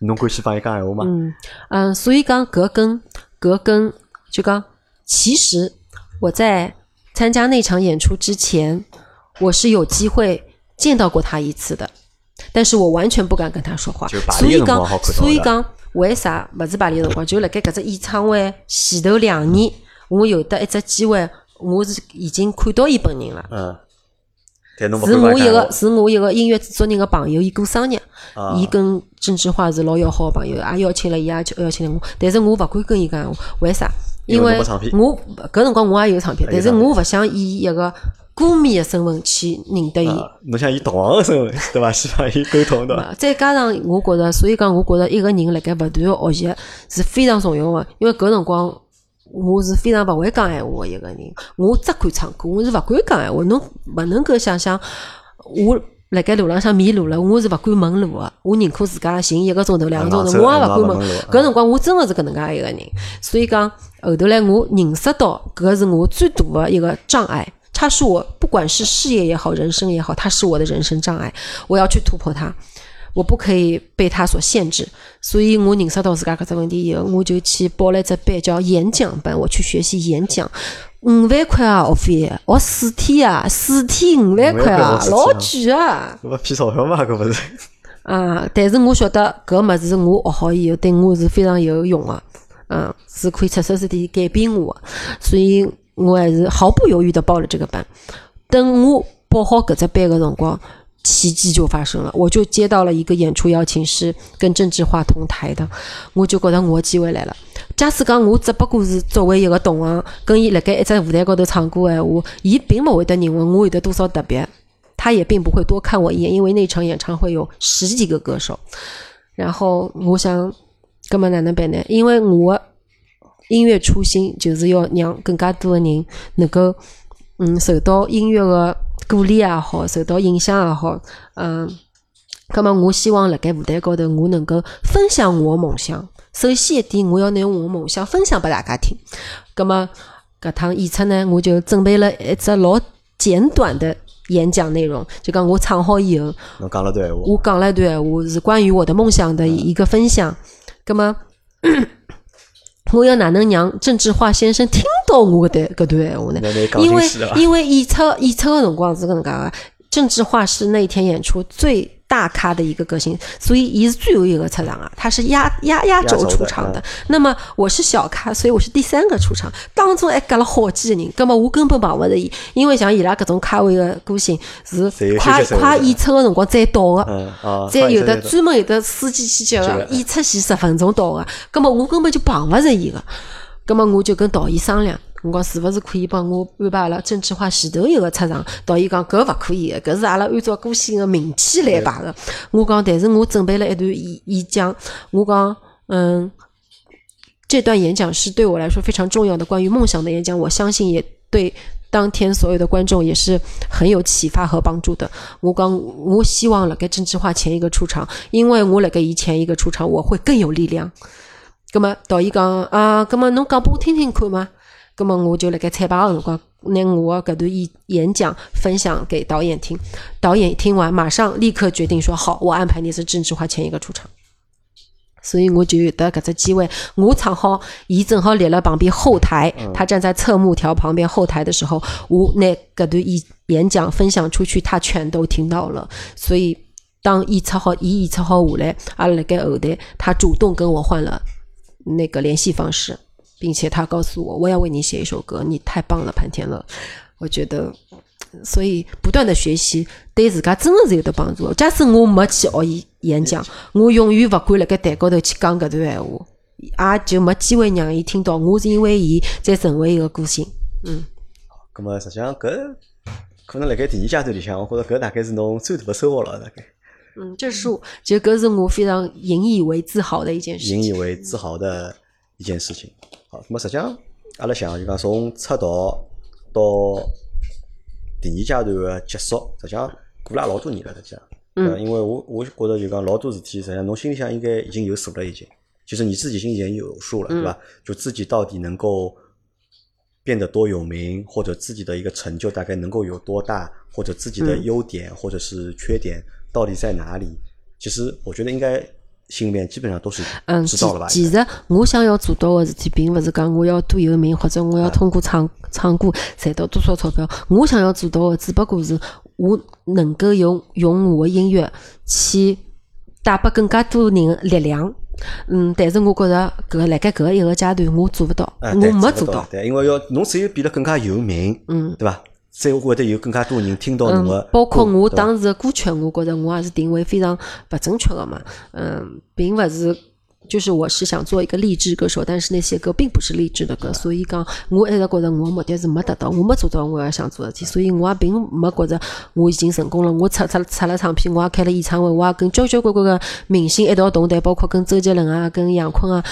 A: 侬欢喜帮伊讲闲话吗？
B: 嗯嗯，所以讲格跟格跟就讲，其实我在参加那场演出之前，我是有机会见到过他一次的，但是我完全不敢跟他说话
A: 就摆，
B: 所
A: 烂的
B: 以
A: 辰光好
B: 讲
A: 看到的
B: 所以讲为啥勿是摆烂的辰光，就辣盖搿只演唱会前头两年，我有得一只机会，我是已经看到伊本人了。
A: 嗯。但侬勿
B: 是
A: 敢
B: 我
A: 讲
B: 一
A: 闲话
B: 个是我一个音乐制作人的朋友，伊过生日
A: 啊，
B: 伊跟郑智化是老要好的朋友，也邀请了伊，也就邀请了我，但是我勿敢跟伊讲闲话，为啥？
A: 因
B: 因
A: 为
B: 为
A: 侬没唱片
B: 我搿辰光我也有唱片，
A: 也有
B: 但是
A: 唱片
B: 我勿想以一个歌迷的身份去认得伊。
A: 啊，侬想以同行的身份，对伐？希望伊沟通对伐？
B: 嘛再加上我觉着，所以讲我觉着一个人辣盖勿断的学习是非常重要的，因为搿辰光我是非常勿会讲闲话的一个人，我只敢唱歌，我是勿敢讲闲话，侬勿能够想象我。辣盖路浪向迷路了，我是勿敢问路个，我宁可自家寻一个钟头、两个钟头，我也勿敢问。搿辰光我真个是搿能介一个人，所以讲后头来我认识到搿是我最大的一个障碍，它是我不管是事业也好，人生也好，它是我的人生障碍，我要去突破它。我不可以被它所限制，所以我认识到自家搿只问题以后，我就去报了一只班叫演讲班，我去学习演讲，五万块啊学费，学四天啊，四天五万块
A: 5万块
B: 啊
A: 学，四
B: 老
A: 天
B: 贵啊！
A: 搿勿骗钞票嘛？搿勿是？
B: 啊，但是我晓得搿物事我学好以后，对我是非常有用的、嗯，是可以彻彻底底改变我的，所以我还是毫不犹豫的报了这个班。等我报好搿只班的辰光，奇迹就发生了，我就接到了一个演出邀请，是跟郑智化同台的，我就觉得我的机会来了。假使讲我只不过是作为一个同行，跟伊辣盖一只舞台高头唱歌的闲话，伊并勿会得认为我有得多少特别，他也并不会多看我一眼，因为那场演唱会有十几个歌手。然后我想，搿么哪能办呢？因为我的音乐初心就是要让更加多的人能够，嗯，受到音乐的鼓励也好，受到影响也好，嗯。咁么，我希望辣盖舞台高头，我能够分享我的梦想。首先一点，我要拿我的梦想分享拨大家听。咁啊么，搿趟演出呢，我就准备了一只老简短的演讲内容，就讲我唱好以后，
A: 侬讲了对闲话，
B: 我讲了一段闲话，是关于我的梦想的一个分享。咁 么，我要哪能让郑智化先生听到我搿段搿段闲话呢？
A: 那你讲
B: 因
A: 进
B: 为
A: 去对伐？
B: 因为演出演出的辰光是搿能介个，郑智化是那一天演出最大咖的一个歌星，所以伊是最后一个出场啊，他是压压压轴
A: 压轴的嗯
B: 出场的。那么我是小咖，所以我是第三个出场，当中哎还隔了好几个人，那么我根本碰勿着伊，因为像伊拉搿种咖位的歌星是
A: 侪有
B: 快
A: 休息室
B: 快
A: 的
B: 演出的辰光再到的。
A: 嗯啊，
B: 再
A: 欢迎
B: 有的
A: 收听
B: 专门有的司机去接
A: 接
B: 个
A: 的，
B: 演出前十分钟到个，葛末我根本就碰勿着伊个，葛末我就跟导演商量，我讲是勿是可以帮我安排阿拉郑智化前头一个出场？导演讲搿勿可以个，搿是阿拉按照歌星个名气来排个。我讲，但是我准备了一段演演讲，我讲，嗯，这段演讲是对我来说非常重要的关于梦想的演讲，我相信也对当天所有的观众也是很有启发和帮助的。我刚我希望了该郑智化前一个出场，因为我辣盖伊前一个出场，我会更有力量。葛么导演讲啊，葛么侬讲拨我听听看嘛。葛么我就辣盖彩排个辰光，拿我搿段演演讲分享给导演听。导演听完，马上立刻决定说好，我安排你是郑智化前一个出场。所以我就有得搿只机会，我唱好，伊正好立辣旁边后台，他站在侧幕条旁边后台的时候，我拿搿段演演讲分享出去，他全都听到了。所以当演出好，伊演出好下来，阿拉辣盖后台，他主动跟我换了那个联系方式，并且他告诉我，我要为你写一首歌，你太棒了，潘天乐。我觉得，所以不断的学习对自家真的是有得帮助。假使我没去学演演讲，我永远勿敢辣盖台高头去讲搿段闲话，也就没机会让伊听到。我是因为伊才成为一个歌星。
A: 咁么实际上搿可能辣盖第二阶段里向，我觉着搿大概是侬最大的收获了，大概
B: 嗯，这是我，就搿是我非常引以为自豪的一件事
A: 引以
B: 情。
A: 为自豪的一件事情。好，咁么实际上阿拉想就讲从出道到第二阶段的结束，实际上过了也老多年了，实际上。
B: 嗯
A: 呃因为我我觉着就讲老多事体，实际上侬心里向应该已经有数了，已经，就是你自己心里已经有数了，
B: 嗯
A: 对吧？就自己到底能够变得多有名，或者自己的一个成就大概能够有多大，或者自己的
B: 嗯
A: 优点或者是缺点到底在哪里？其实我觉得应该心里面基本上都是
B: 嗯，
A: 知
B: 其
A: 道了吧？
B: 其实我想要做到的事体，并勿是讲我要多有名，或者我要通过唱唱歌赚到多少钞票。我想要做到的，只不过是我能够用用我的音乐去带拨更加多人的力量。嗯，但是我觉着搿辣盖搿一个阶段，我做勿到，
A: 啊，
B: 我
A: 对
B: 没
A: 做
B: 做
A: 不。对，因为要侬只有变得更加有名，
B: 嗯
A: 对吧？才会得有更加多人听到侬的
B: 嗯
A: 歌，，
B: 包括我
A: 对吧
B: 当时的歌曲，我觉着我也是定位非常不正确的嘛。嗯，并勿是，就是我是想做一个励志歌手，但是那些歌并不是励志的歌，所以讲我一直觉着我的目的是没达到，我没做到我要想做的事体，所以我也并没觉着我已经成功了。我出出出了唱片，我也开了演唱会，我也跟交交关关个明星一道同台，包括跟周杰伦啊、跟杨坤啊。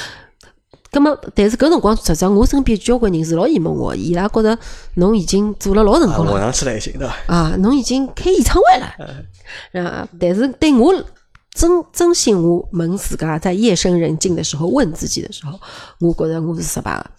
B: 咁么，但是搿辰光，实际上我身边交关人是老羡慕我，伊拉觉着侬已经做了老成
A: 啊，
B: 功了
A: 混，上去了已经，对吧？
B: 啊，侬已经开演唱会了，啊，但是对我真真心我问自家，在夜深人静的时候问自己的时候，我觉着我是失败的，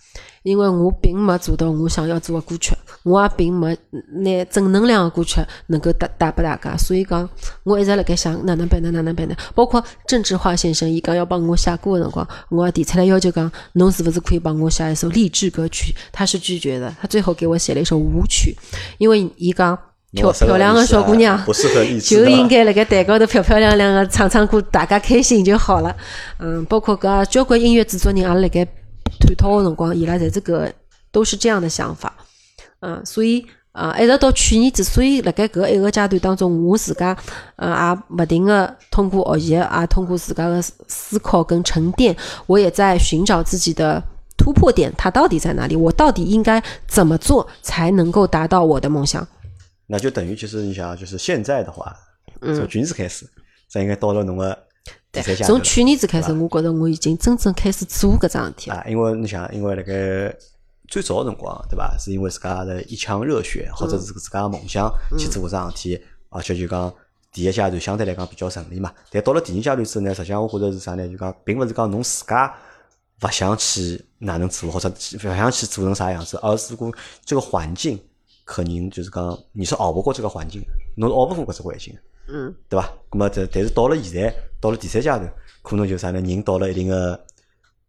B: 因为我并没做到我想要做的歌曲，我也并没拿正能量的歌曲能够带带拨大家，所以讲我一直辣盖想哪能办呢，哪能办呢？包括郑智化先生，伊讲要帮我写歌的辰光，我也提出来要求讲，侬是勿是可以帮我写一首励志歌曲？他是拒绝的，他最后给我写了一首舞曲，因为伊讲漂
A: 侬适合
B: 漂亮的
A: 励志
B: 小姑
A: 啊
B: 娘
A: 不适合励志
B: 就
A: 的
B: 应该辣盖台高头漂漂亮亮的唱唱歌，大家开心就好了。嗯，包括搿交关音乐制作人，阿拉辣盖探讨个辰光，伊拉侪是搿个都是这样的想法。嗯，所以啊，一直到去年之所以辣盖搿一个阶段当中，我自家呃也勿停个通过学习，也通过自家个思思考跟沉淀，我也在寻找自己的突破点，它到底在哪里？我到底应该怎么做才能够达到我的梦想？
A: 那就等于其实你想，就是现在的话，
B: 嗯
A: 从军事开始，这应该到了侬个第三阶段
B: 从
A: 了
B: 去年子开始，我觉着我已经真正开始做搿桩事体了。
A: 啊，因为你想，因为那个最早的辰光，对吧？是因为自家的一腔热血，或者是自家的梦想去做搿桩事体，而且就讲第一阶段相对来讲比较顺利嘛。但到了第二阶段之后呢，实际上我觉着是啥呢？就讲并勿是讲侬自家勿想去哪能做，或者勿想去做成啥样子，而是讲这个环境可能就是讲你是熬不过这个环境，侬是熬不过搿只环境。
B: 嗯，
A: 对伐？咁么这但是到了现在，到了第三阶段，可能就是啥呢？人到了一定个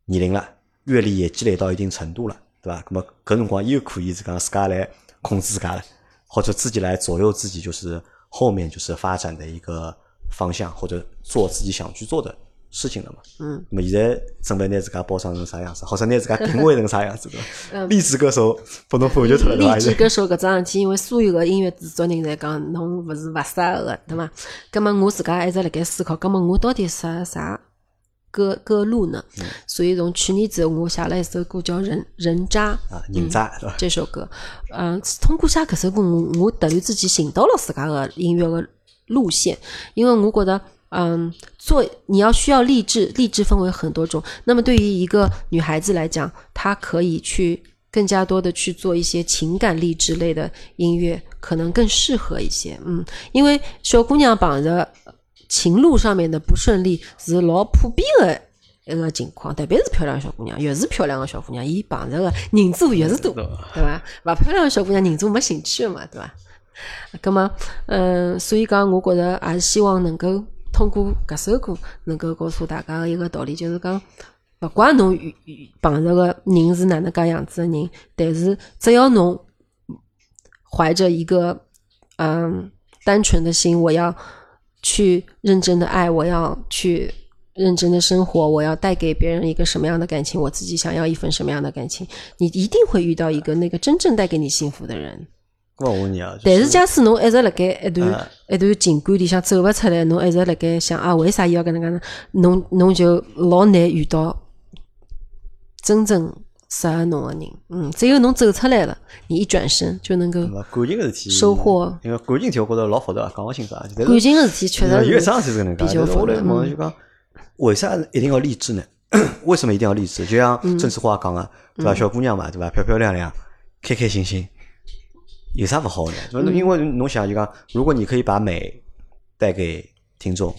A: 年龄了，阅历也积累到一定程度了，对伐？咁么搿辰光又可以是讲自家来控制自家了，或者自己来左右自己，就是后面就是发展的一个方向或者做自己想去做的事情了嘛。
B: 嗯，
A: 那么现在准备拿自家包装成啥样子，或者拿自家定位成啥样子对伐？
B: 嗯
A: 励志歌手拨侬发掘出来对伐？
B: 励志
A: 现在
B: 歌手搿桩事体，因为所有个音乐制作人侪讲侬勿是勿适合个，对伐？葛末我自家一直辣盖思考，葛末我到底适合啥歌歌路呢？所以从去年子我写了一首歌叫《人人渣》
A: 啊，人渣对伐？
B: 这首歌，嗯，通过写搿首歌，我我突然之间寻到了自家个音乐个路线，因为我觉得。嗯，做你要需要励志，励志分为很多种。那么对于一个女孩子来讲，她可以去更加多的去做一些情感励志类的音乐，可能更适合一些。嗯，因为小姑娘碰着情路上面的不顺利是老普遍的一个情况，特别是漂亮的小姑娘，越是漂亮的小姑娘，伊碰着个人数越是多，
A: 对伐
B: 对伐？勿漂亮的小姑娘人数没兴趣的嘛，对伐？咁么，嗯，所以讲，我觉着也是希望能够通过搿首歌，能够告诉大家的一个道理，就是讲，勿怪侬遇遇碰着个人是哪能介样子的人，但是只要侬怀着一个嗯单纯的心，我要去认真的爱，我要去认真的生活，我要带给别人一个什么样的感情，我自己想要一份什么样的感情，你一定会遇到一个那个真正带给你幸福的人。
A: 那么我问你啊，就
B: 但是假使侬一直辣盖一
A: 啊
B: 段一段情感里向走勿出来，侬一直辣盖想啊，为啥伊要搿能介呢？侬侬就老难遇到真正适合侬个人。嗯，只有侬走出来了，你一转身就能够
A: 那么感情个事体，
B: 收获
A: 因为感情事体我觉着老复杂，讲勿清爽。啊但是
B: 感情个事体确
A: 因为有一
B: 实
A: 桩事
B: 是
A: 体是搿能介，
B: 比较
A: 但
B: 嗯
A: 是
B: 复
A: 我来
B: 杂
A: 问就讲，为啥一定要励志呢？ 为什么一定要励志？就像
B: 嗯
A: 郑智化讲个，对伐？小姑娘嘛，对伐？漂漂亮亮，开开心心，有啥勿好呢？对
B: 嗯
A: 伐因为侬想就讲，如果你可以把美带给听众，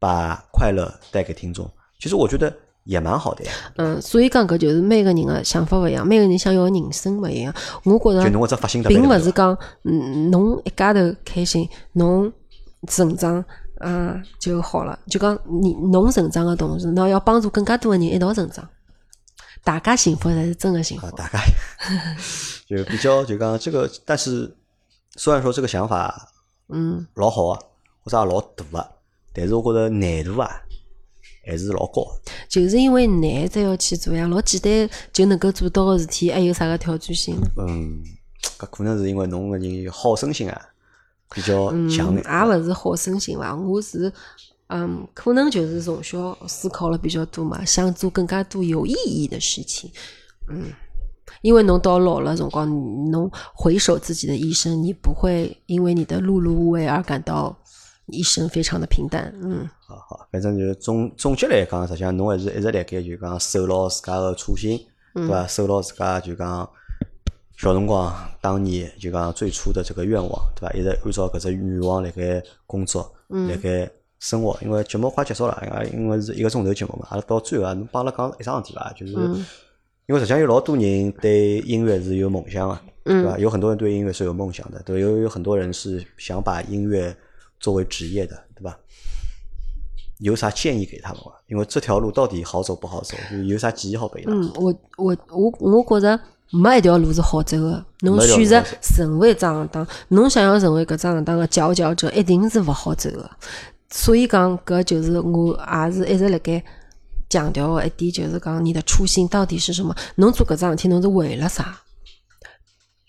A: 把快乐带给听众，其实我觉得也蛮好的呀。
B: 嗯，所以讲搿就是每个人个想法勿一样，每个人想要个人生勿一样。我觉
A: 就侬搿
B: 着
A: 只发心特别
B: 并
A: 对
B: 勿
A: 伐
B: 是讲嗯侬一家头开心，侬成长啊就好了。就讲你侬成长个同时，侬要帮助更加多个人一道成长，大家幸福才是真个幸
A: 啊
B: 福，。
A: 大概 就比较就讲这个，但是虽然说这个想法
B: 嗯，
A: 老好啊，或者也老大啊，但是我觉着难度啊还是老高的。
B: 就是因为难才要去做呀，老简单就能够做到个事体，还有啥个挑战性呢？
A: 嗯，搿可能是因为侬个人好胜心啊比较
B: 嗯，
A: 强一点。
B: 也勿是好生性伐，我是。嗯，可能就是从小思考了比较多嘛，想做更加多有意义的事情。嗯，因为侬到老了辰光，你侬回首自己的一生，你不会因为你的碌碌无为而感到一生非常的平淡。嗯，
A: 好好，反正就是总总结来讲，实际上侬还是一直辣盖就讲守牢自家个初心，对伐？守牢自家就讲小辰光当年就讲最初的这个愿望，对伐？一直按照搿只愿望辣盖工作，辣盖生活。因为节目快结束了，啊，因为是一个钟头节目嘛，阿拉到最后啊，侬帮阿拉讲一桩事体伐？就是因为实际上有老多人对音乐是有梦想啊，对吧？有很多人对音乐是有梦想的，对，有有很多人是想把音乐作为职业的，对吧？有啥建议给他们吗？因为这条路到底好走不好走，就是有啥建议好给他们？
B: 嗯，我我我我觉着没一条路是好走的。侬
A: 没一条
B: 选择
A: 路好走
B: 成为只行当，侬想要成为搿只行当的佼佼者，一定是勿好走的。所以讲，搿就是我也是一直辣盖强调的一点，就是讲你的初心到底是什么？侬做搿桩事体，侬是为了啥？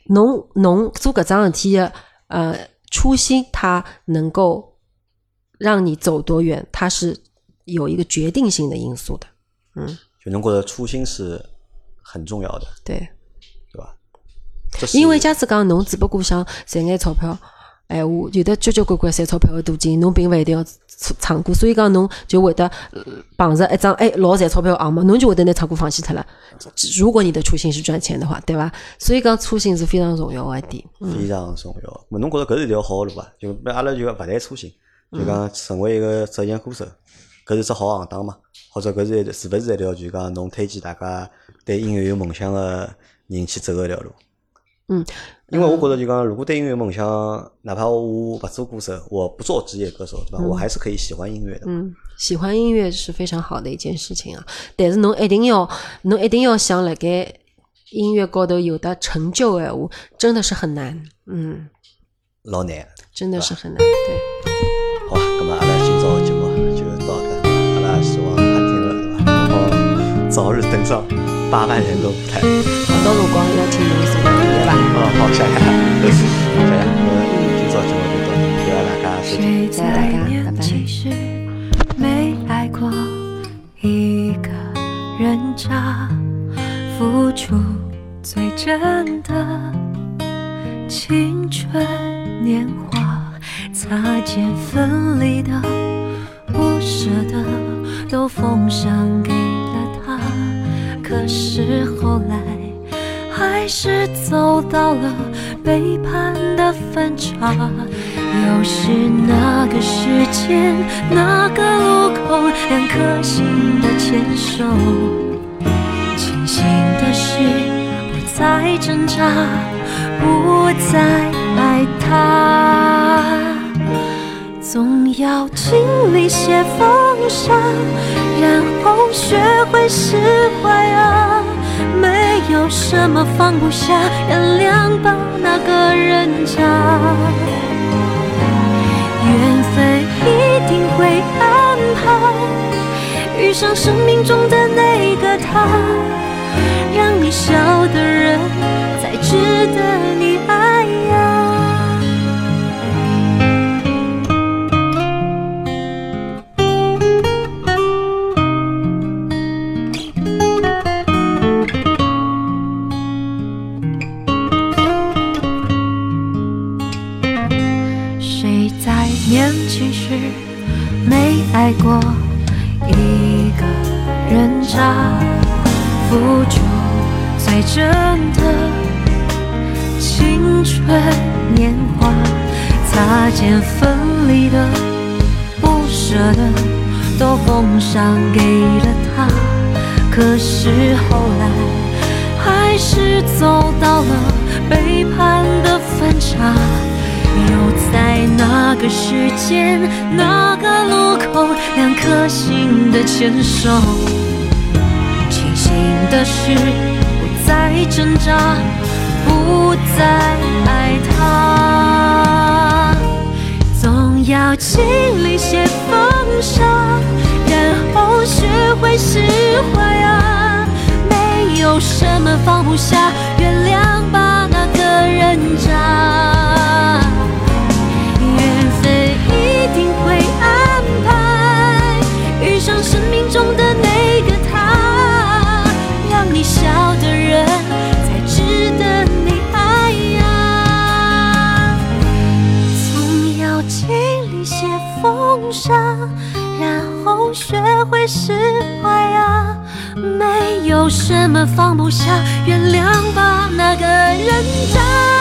B: 侬侬做搿桩事体的呃初心，它能够让你走多远，它是有一个决定性的因素的。
A: 就侬觉得初心是很重要的，
B: 对。
A: 对吧？这是
B: 因为假使讲侬只不过想赚眼钞票，哎话有的交交关关赚钞票个途径，侬并勿一定要唱唱歌，所以讲侬就会得呃碰着一桩哎老赚钞票个项目，侬就会得拿唱歌放弃脱了。如果你的初心是赚钱的话，对伐？所以讲初心是非常重要个一点。
A: 非常重要。么侬觉得搿是一条好路伐？就阿拉就勿谈初心，就讲成为一个职业歌手，搿是只好行当嘛？或者搿是一是勿是一条就讲侬推荐大家对音乐有梦想个人去走个一条路？
B: 嗯，呃
A: 因为我觉得就讲，如果对音乐有梦想，哪怕我勿做歌手，我不做职业歌手，对吧？我还是可以喜欢音乐的。
B: 嗯，喜欢音乐是非常好的一件事情啊，但是侬一定要，侬一定要想辣盖音乐高头有得成就个闲话，真的是很难。嗯，
A: 老难，
B: 真的是很难。对。
A: 好吧？咁么阿拉今早日登上八万人的舞台。
B: 到辰光邀请侬送礼对伐？
A: 啊，好，谢谢， 谢谢，我们今朝节目就到这里，谢谢大家收听。
C: 谁在年轻时没爱过一个人渣？付出最真的青春年华，擦肩分离的、不舍的，都奉上给了他。可是后来，还是走到了背叛的分岔。又是那个时间，那个路口，两颗心的牵手。庆幸的是，不再挣扎，不再爱他。总要经历些风沙，然后学会释怀啊。没有什么放不下，原谅吧那个人渣。缘分一定会安排，遇上生命中的那个他，让你笑的人才值得你爱呀、谁在年轻时没爱过一个人渣？付出最真的青春年华，擦肩分离的、不舍的，都奉上给了他。可是后来，还是走到了背叛的分岔。又在那个时间、那个路口，两颗心的牵手。庆幸的是，不再挣扎，不再爱他。总要经历些风沙，然后学会释怀啊。没有什么放不下，原谅吧那个人渣。缘分一定会安排，遇上生命中的那个他，让你笑的人才值得你爱呀。总要经历些风沙，然后学会释怀啊。没有什么放不下，原谅吧那个人渣。